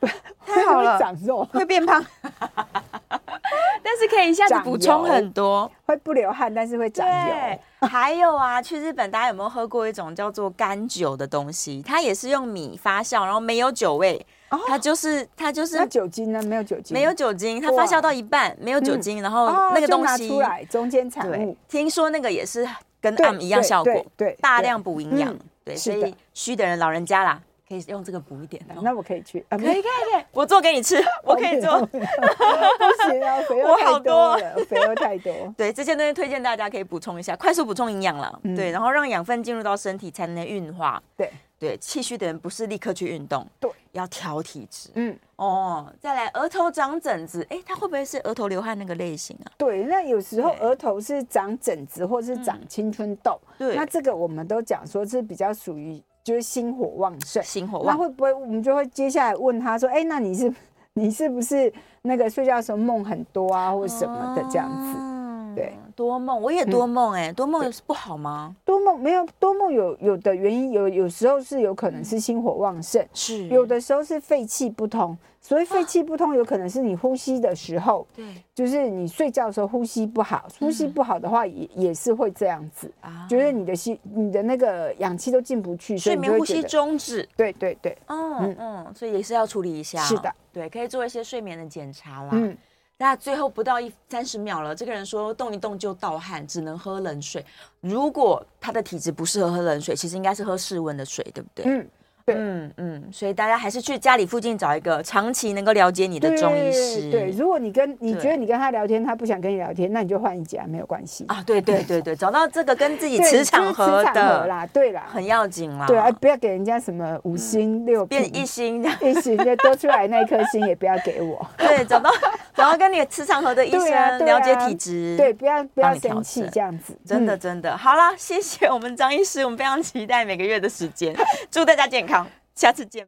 Speaker 2: 太好
Speaker 3: 会
Speaker 2: 了，
Speaker 3: 长肉，
Speaker 2: 会变胖， (laughs) 但是可以一下子补充很多。
Speaker 3: 会不流汗，但是会长油
Speaker 2: 对。，
Speaker 3: (laughs)
Speaker 2: 还有啊，去日本大家有没有喝过一种叫做干酒的东西？它也是用米发酵，然后没有酒味，它就是它就是
Speaker 3: 哦那酒精呢？没有酒精，
Speaker 2: 没有酒精，它发酵到一半没有酒精，然后
Speaker 3: 哦，
Speaker 2: 那个
Speaker 3: 就
Speaker 2: 东
Speaker 3: 拿
Speaker 2: 西
Speaker 3: 出来中间产物
Speaker 2: 对，，听说那个也是跟
Speaker 3: 对
Speaker 2: AM 一样
Speaker 3: 对
Speaker 2: 效果，
Speaker 3: 对对
Speaker 2: 大
Speaker 3: 对
Speaker 2: 量补营养
Speaker 3: 嗯，
Speaker 2: 对，
Speaker 3: 是
Speaker 2: 所
Speaker 3: 的
Speaker 2: 以虚的人、老人家啦，可以用这个补一点哦。
Speaker 3: 那我哦可以去啊？
Speaker 2: 可
Speaker 3: 可
Speaker 2: 以可以可以，我做给你
Speaker 3: (laughs)
Speaker 2: 吃，我可以做。
Speaker 3: 不行啊，肥
Speaker 2: (laughs)
Speaker 3: 肉
Speaker 2: 我
Speaker 3: 太
Speaker 2: 好
Speaker 3: 多
Speaker 2: 多
Speaker 3: 了，肥肉太多。
Speaker 2: 对这些东西推荐大家可以补充一下，快速补充营养啦。
Speaker 3: 嗯
Speaker 2: 对，然后让养分进入到身体才能运化。
Speaker 3: 对，
Speaker 2: 对，气虚的人不是立刻去运动，
Speaker 3: 对，
Speaker 2: 要调体质。
Speaker 3: 嗯，
Speaker 2: 哦，再来额头长疹子，哎，它会不会是额头流汗那个类型啊？
Speaker 3: 对，那有时候
Speaker 2: 对嗯
Speaker 3: 额头是长疹子或是长青春痘，
Speaker 2: 对
Speaker 3: 那这个我们都讲说是比较属于就是心火旺盛，
Speaker 2: 心火
Speaker 3: 那
Speaker 2: 旺，
Speaker 3: 会不会我们就会接下来问他说，哎，那你是你是不是那个睡觉的时候梦很多啊，或什么的这样子？
Speaker 2: 嗯
Speaker 3: 对，嗯
Speaker 2: 多梦我也多梦哎、多梦不好吗？
Speaker 3: 多梦没有多梦有有的原因，有有时候是有可能是心火旺盛，
Speaker 2: 是
Speaker 3: 有的时候是肺气不通。所谓肺气不通，有可能是你呼吸的时候，
Speaker 2: 啊对嗯
Speaker 3: 就是你睡觉的时候呼吸不好，呼吸不好的话也也是会这样子，
Speaker 2: 啊
Speaker 3: 就是你的吸你的那个氧气都进不去，
Speaker 2: 睡
Speaker 3: 所以你
Speaker 2: 眠
Speaker 3: 就
Speaker 2: 呼
Speaker 3: 会觉
Speaker 2: 吸
Speaker 3: 得，
Speaker 2: 终止，
Speaker 3: 对对对，
Speaker 2: 嗯嗯，所以也是要处理一下，
Speaker 3: 是的，
Speaker 2: 对，可以做一些睡眠的检查啦。
Speaker 3: 嗯，
Speaker 2: 那最后不到一三十秒了，这个人说动一动就盗汗，只能喝冷水。如果他的体质不适合喝冷水，其实应该是喝室温的水，对不对？
Speaker 3: 嗯对
Speaker 2: 嗯嗯，所以大家还是去家里附近找一个长期能够了解你的中医师。
Speaker 3: 对，如果你跟你
Speaker 2: 对
Speaker 3: 觉得你跟他聊天，他不想跟你聊天，那你就换一家没有关系。
Speaker 2: 啊，对对对对，找到这个跟自己
Speaker 3: 对
Speaker 2: 磁场合
Speaker 3: 就是磁场合
Speaker 2: 的，
Speaker 3: 啦，对啦，
Speaker 2: 很要紧啦。
Speaker 3: 对啊，不要给人家什么五星六
Speaker 2: 变
Speaker 3: 评
Speaker 2: 一心，
Speaker 3: 一星，就多出来那一颗星也不要给我。
Speaker 2: (laughs) 对，找到找到跟你的磁场合的医生，
Speaker 3: 对啊对啊
Speaker 2: 了解体质，
Speaker 3: 对，不要不
Speaker 2: 帮
Speaker 3: 要
Speaker 2: 你调
Speaker 3: 生气
Speaker 2: 整
Speaker 3: 这样子，
Speaker 2: 真的
Speaker 3: 嗯
Speaker 2: 真的，好啦，谢谢我们张医师，我们非常期待每个月的时间，祝大家健康，下次见。